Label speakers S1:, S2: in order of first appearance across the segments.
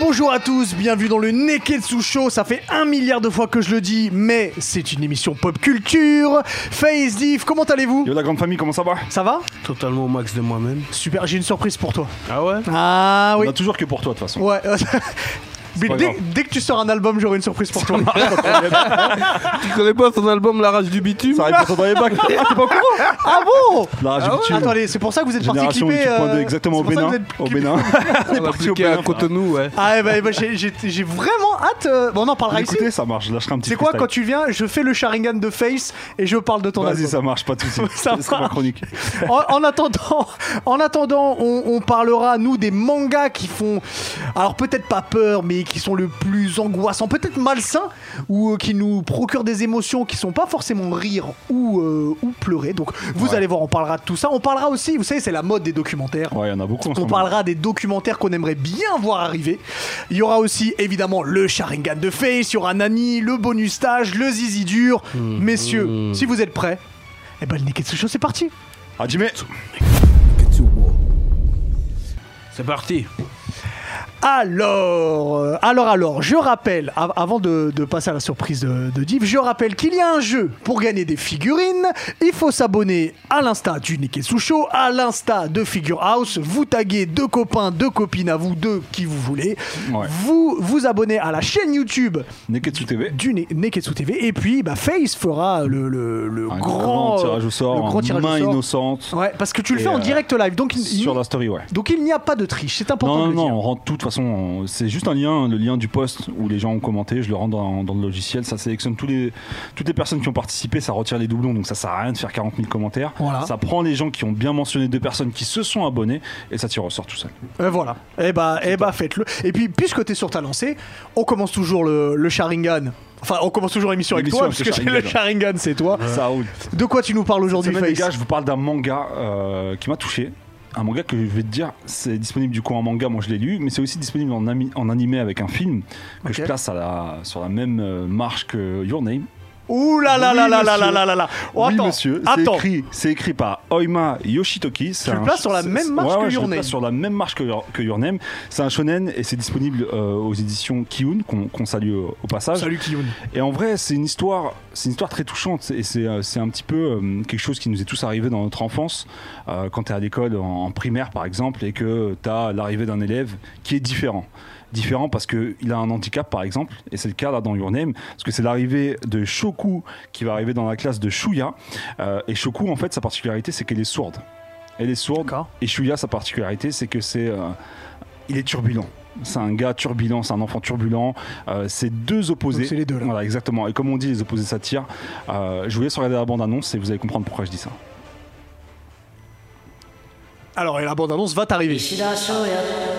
S1: Bonjour à tous, bienvenue dans le Neketsu Show. Ça fait un milliard de fois que je le dis, mais c'est une émission pop culture. Face Diff, comment allez-vous
S2: Yo la grande famille, comment ça va
S1: Ça va
S3: Totalement au max de moi-même.
S1: Super, j'ai une surprise pour toi.
S3: Ah ouais
S1: Ah oui.
S2: On a toujours que pour toi de toute façon.
S1: Ouais. Mais
S2: pas
S1: dès,
S2: grave.
S1: dès que tu sors un album, j'aurai une surprise pour toi.
S3: Tu connais pas son album La rage du bitume
S2: Ça arrive pas dans les bacs. Ah, t'es pas au courant
S1: ah bon
S2: Là, j'ai tué.
S1: Attendez, c'est pour ça que vous êtes parti
S2: Génération
S1: clipper.
S2: YouTube
S1: euh,
S2: exactement au
S1: c'est pour ça que
S2: Bénin.
S1: vous êtes
S2: Au
S1: clippé.
S2: Bénin.
S3: On va appliquer à Cotonou, ouais.
S1: Ah bah, bah, j'ai- j'ai j'ai vraiment hâte. euh, Bon, on en parlera ici.
S2: Écoutez, ça marche. Je lâcherai un petit
S1: C'est quoi
S2: freestyle.
S1: quand tu viens Je fais le Sharingan de Face et je parle de ton album.
S2: Vas-y, ça marche, pas de soucis.
S1: Ça
S2: Ce sera ma
S1: marche.
S2: chronique.
S1: en, en attendant, en attendant on, on parlera, nous, des mangas qui font, alors peut-être pas peur, mais qui sont le plus angoissants, peut-être malsains, ou euh, qui nous procurent des émotions qui sont pas forcément rire ou, euh, ou pleurer. Donc, vous allez voir, on parlera de tout ça. On parlera aussi, vous savez, c'est la mode des documentaires.
S2: Ouais, il y en a beaucoup hein, en ce
S1: On
S2: moment.
S1: parlera des documentaires qu'on aimerait bien voir arriver. Il y aura aussi évidemment le Sharingan de Face, il y aura Nani, le bonus stage, le zizi dur. Messieurs, si vous êtes prêts, eh ben le Neketsu Show c'est parti.
S2: Hajime
S3: C'est parti.
S1: Alors, euh, alors, alors, je rappelle, av- avant de, de passer à la surprise de, de Div, je rappelle qu'il y a un jeu pour gagner des figurines. Il faut s'abonner à l'insta du Neketsu Show, à l'insta de Figure House. Vous taguez deux copains, deux copines à vous, deux qui vous voulez.
S2: Ouais.
S1: Vous vous abonnez à la chaîne YouTube
S2: Neketsu TV.
S1: du Ne- Neketsu TV. Et puis, bah, Face fera le, le- le
S2: Un
S1: grand,
S2: grand tirage au
S1: le
S2: sort,
S1: grand
S2: en
S1: tirage au
S2: main
S1: sort.
S2: innocente.
S1: Ouais, parce que tu le
S2: Et,
S1: fais en
S2: euh,
S1: direct live, donc il,
S2: Sur
S1: il-
S2: la story, ouais.
S1: donc il n'y a pas de triche. C'est important
S2: Non,
S1: de
S2: non,
S1: le
S2: non,
S1: dire.
S2: on rentre tout, de toute façon, on- c'est juste un lien, le lien du post où les gens ont commenté, je le rentre dans, dans le logiciel, ça sélectionne tous les, toutes les personnes qui ont participé, ça retire les doublons, donc ça sert à rien de faire 40 000 commentaires.
S1: Voilà.
S2: Ça prend les gens qui ont bien mentionné deux personnes qui se sont abonnées et ça t'y ressort tout seul.
S1: Euh, voilà. Eh bah, eh bah faites-le. Et puis, puisque t'es sur ta lancée, on commence toujours le, le Sharingan. Enfin, on commence toujours l'émission avec toi,
S2: L'émission avec
S1: parce
S2: le
S1: que c'est le Sharingan, c'est toi.
S2: Ça roule.
S1: De quoi tu nous parles aujourd'hui,
S2: Cette semaine, les gars,
S1: Face
S2: je vous parle d'un manga euh, qui m'a touché. Un manga que je vais te dire, c'est disponible du coup en manga, moi je l'ai lu, mais c'est aussi disponible en, ami- en animé avec un film que je
S1: Ok.
S2: place à la, sur la même euh, marche que Your Name.
S1: Ouh là là
S2: Oui,
S1: là là là là
S2: monsieur.
S1: là là là. Oh,
S2: oui,
S1: attends,
S2: monsieur, c'est
S1: attends.
S2: écrit, c'est écrit par Oima Yoshitoki. Tu
S1: le places sur la même marche que Your Name.
S2: sur la même marche que, Your- que Your Name. C'est un shonen et c'est disponible euh, aux éditions Kiun, qu'on qu'on salue euh, au, au passage.
S1: Salut Kiyun.
S2: Et en vrai, c'est une histoire, c'est une histoire très touchante et c'est euh, c'est un petit peu euh, quelque chose qui nous est tous arrivé dans notre enfance, euh, quand tu es à l'école en, en primaire par exemple et que tu as l'arrivée d'un élève qui est différent. Différent parce qu'il a un handicap par exemple, et c'est le cas là dans Your Name, parce que c'est l'arrivée de Shoku qui va arriver dans la classe de Shuya. Euh, et Shoku en fait, sa particularité c'est qu'elle est sourde. Elle est sourde.
S1: D'accord.
S2: Et Shuya, sa particularité c'est que c'est... euh, il est turbulent. C'est un gars turbulent, c'est un enfant turbulent. Euh, c'est deux opposés.
S1: Donc c'est les deux, là.
S2: Voilà, exactement. Et comme on dit, les opposés s'attirent. Euh, je vous laisse regarder la bande-annonce et vous allez comprendre pourquoi je dis ça.
S1: Alors, et la bande-annonce va t'arriver.
S4: 石田翔也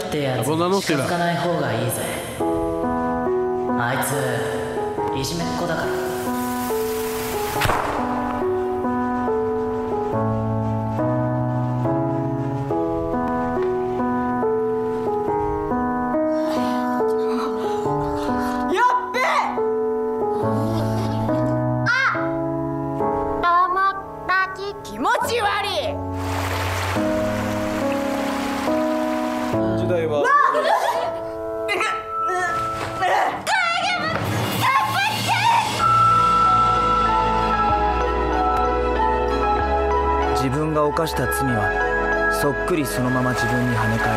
S4: ってやつ
S3: あこんなの
S4: に
S3: って
S4: 近
S3: な
S4: づかない方がいいぜあいついじめっ子だから
S5: 甘ったき気持ち悪い
S6: 自分が犯した罪はそっくりそのまま自分に跳ね返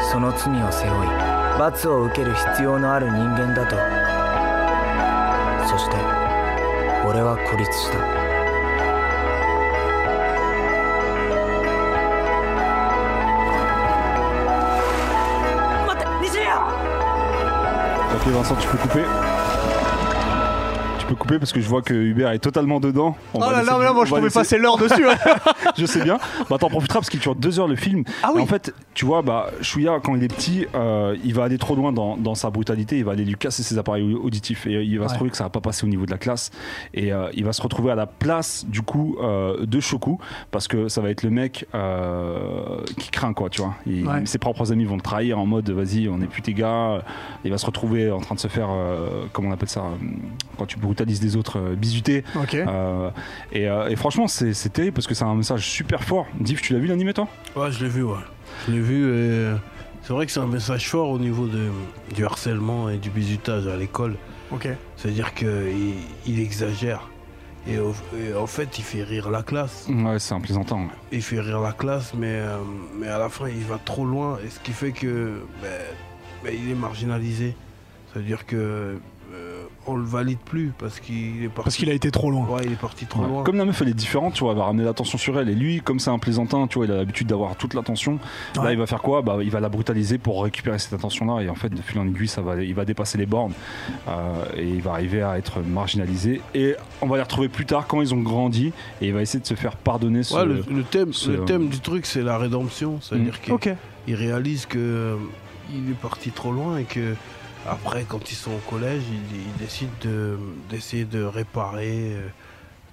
S6: るその罪を背負い罰を受ける必要のある人間だとそして俺は孤立した
S2: Ok, Vincent, tu peux couper. Tu peux couper parce que je vois que Hubert est totalement dedans. On
S1: Oh
S2: va
S1: là
S2: laisser-
S1: là, mais là, moi
S2: on
S1: je
S2: va
S1: pouvais
S2: laisser-
S1: passer l'heure dessus. hein.
S2: je sais bien. Bah t'en profiteras parce qu'il dure deux heures le film.
S1: Ah oui.
S2: Et En fait, tu vois, bah Shuya quand il est petit, euh, il va aller trop loin dans, dans sa brutalité. Il va aller lui casser ses appareils au- auditifs et euh, il va se
S1: Ouais.
S2: trouver que ça va pas passer au niveau de la classe. Et euh, il va se retrouver à la place du coup euh, de Shoku parce que ça va être le mec euh, qui craint quoi, tu vois. Il-
S1: Ouais.
S2: Ses propres amis vont le trahir en mode vas-y, on n'est plus tes gars. Il va se retrouver en train de se faire, euh, comment on appelle ça, euh, quand tu brutalises des autres, euh, bisuter.
S1: ok.
S2: Euh, et, euh, et franchement, c'est c'est terrible parce que c'est un message super fort. Div, tu l'as vu l'animé toi
S3: Ouais, je l'ai vu, ouais. Je l'ai vu et.
S7: euh, C'est vrai que c'est un message fort au niveau de, du harcèlement et du bizutage à l'école.
S1: Ok.
S7: C'est-à-dire qu'il il exagère. Et, au- et en fait, il fait rire la classe.
S2: Ouais, c'est un plaisantant. ouais.
S7: Il fait rire la classe, mais, euh, mais à la fin, il va trop loin. Et ce qui fait que ben, ben, il est marginalisé. C'est-à-dire que euh, on le valide plus parce qu'il est parti.
S1: Parce qu'il a été trop loin.
S7: Ouais, il est parti trop
S2: Ouais.
S7: loin.
S2: Comme la meuf elle est différente, tu vois, elle va ramener l'attention sur elle. Et lui, comme c'est un plaisantin, tu vois, il a l'habitude d'avoir toute l'attention. Là,
S1: Ouais.
S2: il va faire quoi Bah, il va la brutaliser pour récupérer cette attention-là. Et en fait, de fil en aiguille, ça va, il va dépasser les bornes Euh, et il va arriver à être marginalisé. Et on va les retrouver plus tard quand ils ont grandi. Et il va essayer de se faire pardonner. ce-
S7: Ouais, le, le thème,
S2: ce-
S7: le thème du truc, c'est la rédemption. C'est-à-dire
S2: Mm.
S7: qu'il
S1: Ok.
S7: il réalise que euh, il est parti trop loin et que après, quand ils sont au collège, il, il décide de- d'essayer de, réparer euh,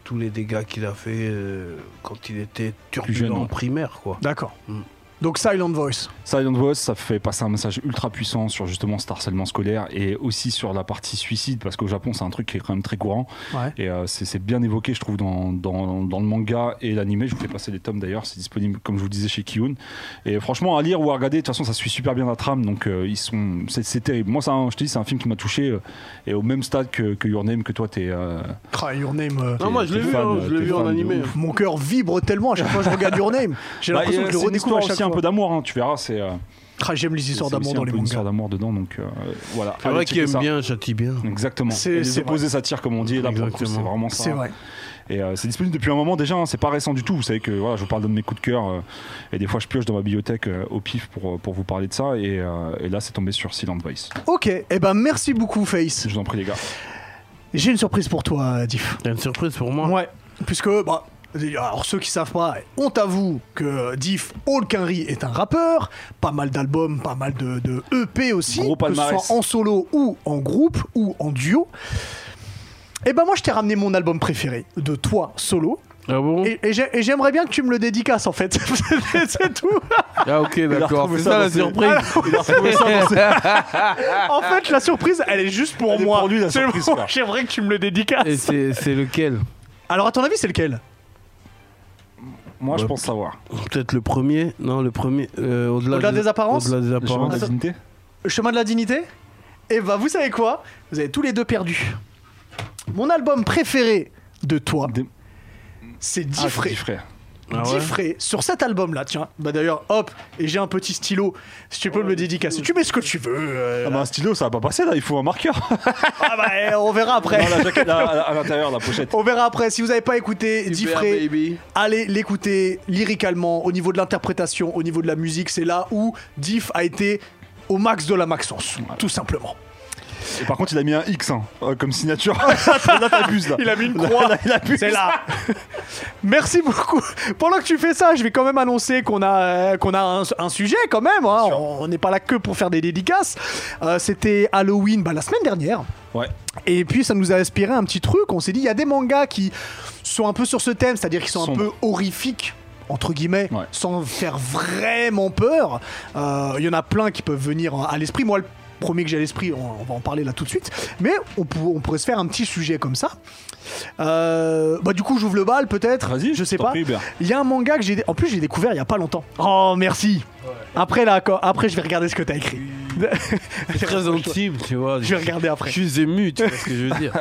S7: tous les dégâts qu'il a fait euh, quand il était turbulent
S2: jeune, ouais.
S7: en primaire, quoi.
S1: D'accord.
S7: Mm.
S1: Donc Silent Voice.
S2: Silent Voice, ça fait passer un message ultra puissant sur justement cet harcèlement scolaire et aussi sur la partie suicide, parce qu'au Japon, c'est un truc qui est quand même très courant.
S1: Ouais.
S2: Et euh, c'est c'est bien évoqué, je trouve, dans, dans, dans le manga et l'animé. Je vous fais passer les tomes d'ailleurs, c'est disponible, comme je vous le disais, chez Kiyun. Et franchement, à lire ou à regarder, de toute façon, ça suit super bien la trame, donc euh, ils sont. C'est c'est terrible. Moi, c'est un- je te dis, c'est un film qui m'a touché, euh, et au même stade que, que Your Name, que toi, t'es. euh,
S1: Ah, Your Name. euh,
S7: Non, moi je
S2: t'es
S7: l'ai vu,
S2: fan,
S7: hein, je l'ai
S2: t'es
S7: vu en
S2: fan de
S7: animé.
S2: ouf.
S1: Mon cœur vibre tellement à chaque fois que je regarde Your Name. J'ai
S2: Bah,
S1: l'impression
S2: et,
S1: que
S2: euh,
S1: je le
S2: c'est une
S1: redécouvre à
S2: histoire
S1: chaque
S2: aussi un
S1: fois.
S2: peu d'amour, hein, tu verras. C'est. euh,
S1: Ah, J'aime les histoires
S2: c'est aussi
S1: d'amour
S2: un
S1: dans les
S2: peu une histoire
S1: mangas.
S2: d'amour dedans, donc euh, voilà.
S7: C'est
S2: Allez,
S7: vrai
S2: checker
S7: qu'il aime
S2: ça. Mm.
S7: bien, châtie bien.
S2: Exactement.
S1: C'est-
S2: Et
S1: c'est
S2: les opposés s'attirent, comme on dit. Et là, pour le coup, c'est
S7: Exactement.
S2: vraiment ça.
S1: C'est vrai.
S2: Et euh, c'est disponible depuis un moment déjà. hein, c'est pas récent du tout. Vous savez que voilà, je vous parle d'un de mes coups de cœur. euh, et des fois, je pioche dans ma bibliothèque euh, au pif pour, pour vous parler de ça. Et, euh, et là, c'est tombé sur Silent Voice.
S1: Ok, eh ben merci beaucoup Face.
S2: Je vous en prie, les gars.
S1: J'ai une surprise pour toi, Diff.
S7: T'as une surprise pour moi
S1: Ouais, puisque bah, alors ceux qui savent pas, on t'avoue que Diff Holkinry est un rappeur, pas mal d'albums, pas mal de, de EP aussi,
S2: Gros
S1: que ce
S2: palmarès.
S1: soit en solo ou en groupe ou en duo. Et ben moi je t'ai ramené mon album préféré de toi solo
S7: Ah bon
S1: et, et j'ai- et j'aimerais bien que tu me le dédicaces en fait c'est tout
S3: Ah ok d'accord,
S2: retrouvé
S3: c'est
S2: ça
S3: ça
S2: dans
S3: la
S2: ses- Ah,
S3: surprise.
S1: Ah, en fait la surprise elle est juste pour
S2: Elle est
S1: moi
S2: pour lui, la
S1: C'est
S2: surprise,
S1: bon,
S2: quoi.
S1: j'aimerais que tu me le dédicaces
S3: Et c'est c'est lequel
S1: alors à ton avis c'est lequel
S2: Moi, je
S7: Ouais.
S2: pense savoir.
S7: Peut-être le premier Non, le premier. euh, Au-delà
S1: Au-delà des apparences
S7: Au-delà des
S2: Le chemin de la
S7: apparences.
S2: dignité
S1: Le chemin de la dignité Et bah vous savez quoi Vous avez tous les deux perdu. Mon album préféré de toi,
S2: Des-
S1: c'est
S2: Ah, c'est
S1: Diffré.
S2: Diffré.
S7: Ah ouais
S1: Diffré, sur cet album là, tiens. Bah d'ailleurs, hop, et j'ai un petit stylo. Si tu peux me le dédicacer, tu mets ce que tu veux. euh,
S2: Ah, bah, un stylo, ça va pas passer là. Il faut un marqueur.
S1: ah bah, eh, on verra après.
S2: Dans la jaquette, là, à à l'intérieur, la pochette.
S1: On verra après. Si vous n'avez pas écouté Diffré,
S3: baby.
S1: allez l'écouter lyricalement, au niveau de l'interprétation, au niveau de la musique. C'est là où Diff a été au max de la maxence, tout simplement.
S2: Et par contre, il a mis un X hein, euh, comme signature. là, t'abuses là.
S1: Il a mis une croix. C'est là. Merci beaucoup. Pendant que tu fais ça, je vais quand même annoncer qu'on a, euh, qu'on a un, un sujet quand même. hein. On on n'est pas là que pour faire des dédicaces. Euh, C'était Halloween bah, la semaine dernière.
S2: Ouais.
S1: Et puis ça nous a inspiré un petit truc. On s'est dit, il y a des mangas qui sont un peu sur ce thème, c'est-à-dire qui sont
S2: Sombre.
S1: un peu horrifiques entre guillemets,
S2: Ouais.
S1: sans faire vraiment peur. Euh, Il y en a plein qui peuvent venir à l'esprit. Moi, le premier que j'ai à l'esprit, on, on va en parler là tout de suite. Mais on, pour- on pourrait se faire un petit sujet comme ça. Euh, bah du coup, j'ouvre le bal peut-être.
S2: Vas-y,
S1: je sais
S2: t'en
S1: pas.
S2: prie, Hubert.
S1: Il y a un manga que j'ai, en plus j'ai découvert il y a pas longtemps. Oh merci. Après là, quand- après je vais regarder ce que t'as écrit.
S7: C'est très intime, tu vois.
S1: je vais regarder après.
S7: Je suis ému, tu vois ce que je veux dire.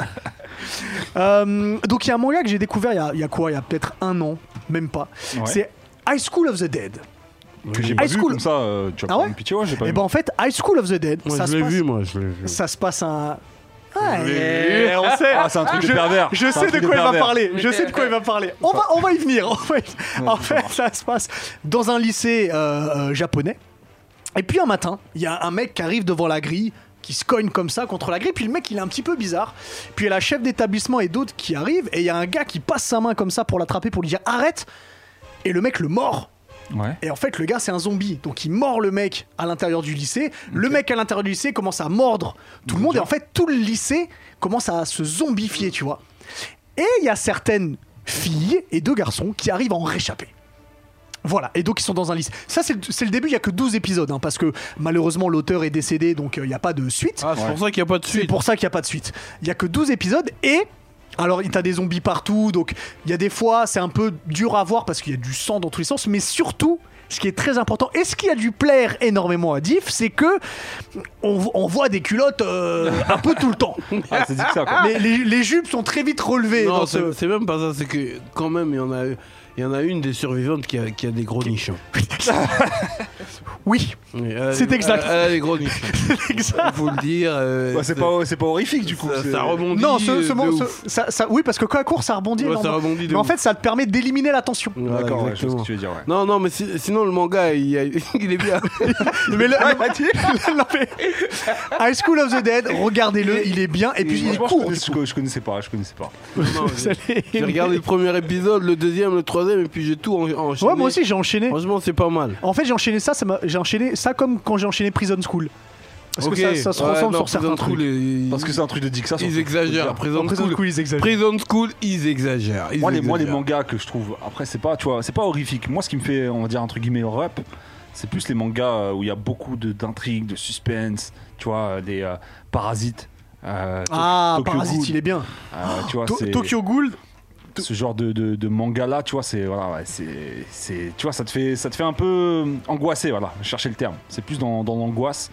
S1: Euh, donc il y a un manga que j'ai découvert il y a- il y, a quoi Il y a peut-être un an, même pas.
S2: Ouais.
S1: C'est High School of the Dead.
S2: Que j'ai pas
S1: High
S2: vu
S1: School.
S2: comme ça. euh,
S1: Ah
S2: tu vas prendre
S1: ouais
S2: une pitié. Ouais, j'ai pas
S1: Et
S2: vu.
S1: ben en fait, High School of the Dead,
S7: Moi,
S1: ça,
S7: je
S1: se
S7: l'ai
S1: passe,
S7: vu, moi, je l'ai vu.
S1: ça se passe un.
S2: l'ai
S1: Ouais, Eh, on sait.
S2: Ah, c'est un truc de
S1: je,
S2: pervers.
S1: Je
S2: C'est un
S1: sais de
S2: truc de
S1: quoi il va
S2: pervers.
S1: parler. Je sais de quoi il va parler. On va, on va y venir. on va y- En fait, ça se passe dans un lycée euh, euh, japonais. Et puis un matin, il y a un mec qui arrive devant la grille, qui se cogne comme ça contre la grille. Puis le mec, il est un petit peu bizarre. Puis il y a la chef d'établissement et d'autres qui arrivent. Et il y a un gars qui passe sa main comme ça pour l'attraper, pour lui dire arrête. Et le mec le mord.
S2: Ouais.
S1: Et en fait, le gars, c'est un zombie. Donc, il mord le mec à l'intérieur du lycée. Le mec à l'intérieur du lycée commence à mordre tout le monde. Et en fait, tout le lycée commence à se zombifier, tu vois. Et il y a certaines filles et deux garçons qui arrivent à en réchapper. Voilà, et donc ils sont dans un lycée. Ça, c'est le- c'est le début, il n'y a que 12 épisodes, hein, parce que malheureusement, l'auteur est décédé, donc euh, il n'y a pas de suite.
S3: Ah c'est pour ça qu'il n'y a pas de
S1: C'est
S3: suite.
S1: pour ça qu'il n'y a pas de suite. Il n'y a que 12 épisodes et. Alors, il y a des zombies partout, donc il y a des fois, c'est un peu dur à voir parce qu'il y a du sang dans tous les sens, mais surtout, ce qui est très important. Et ce qui a dû plaire énormément à Diff, c'est que on, on voit des culottes euh, un peu tout le temps.
S2: Ah, c'est dit que ça, quoi.
S1: Les, les- les jupes sont très vite relevées.
S7: Non,
S1: dans
S7: c'est
S1: ce-
S7: c'est même pas ça, c'est que quand même, il y en a, il y en a une des survivantes qui a, qui a des gros nichons.
S1: Oui,
S7: Oui, elle a-
S1: C'est exact.
S7: Elle a des gros nichons. Il faut le dire. euh,
S2: Ouais, c'est pas, c'est pas horrifique du coup.
S7: Ça,
S2: c'est-
S7: ça rebondit.
S1: non, ce, ce-
S7: euh, de
S1: ce-
S7: ouf.
S1: ça, ça- oui, parce que quand elle court, ça rebondit.
S7: Ouais, ça
S1: énormément.
S7: rebondit de
S1: Mais en
S7: ouf.
S1: fait, ça te permet d'éliminer la tension.
S2: D'accord,
S7: Voilà,
S2: ouais, je vois ce
S7: exactement.
S2: que tu veux dire, ouais.
S7: Non, non, mais si- sinon le manga, il, y a- il est bien.
S1: Mais le- bah, Non, mais- High School of the Dead, regardez-le, il est bien et puis
S2: Moi,
S1: il
S2: je
S1: est
S2: pense
S1: court.
S2: que je, connais- je connaissais pas, je connaissais pas.
S7: Non, j'ai j'ai regardé le premier épisode, le deuxième, le troisième, et puis j'ai tout en- enchaîné.
S1: Ouais, moi aussi j'ai enchaîné.
S7: Franchement, c'est pas mal.
S1: En fait, j'ai enchaîné ça, ça m'a- j'ai enchaîné ça comme quand j'ai enchaîné Prison School. Parce
S7: Ok.
S1: que ça, ça se
S7: Ouais,
S1: ressemble
S7: non,
S1: sur certains
S7: Prison
S1: trucs.
S7: School, ils-
S2: Parce que c'est un truc de Dick, ça.
S7: ils exagèrent. Prison
S1: Dans Prison
S7: School,
S1: School, ils exagèrent.
S7: Prison School, ils exagèrent. Ils
S2: Moi les, moi, les
S7: exagèrent.
S2: mangas que je trouve, après, c'est pas, tu vois, c'est pas horrifique. Moi, ce qui me fait, on va dire, entre guillemets, horreur, c'est plus les mangas euh, où il y a beaucoup de- d'intrigues, de suspense, tu vois, les euh, parasites. euh, Tok-
S1: Ah,
S2: Tokyo
S1: Parasite,
S2: Ghoul,
S1: il est bien.
S2: euh, tu vois,
S1: To-
S2: c'est-
S1: Tokyo Ghoul,
S2: ce genre de, de, de manga là tu vois c'est voilà ouais, c'est c'est tu vois ça te fait ça te fait un peu euh, angoisser voilà chercher le terme c'est plus dans, dans l'angoisse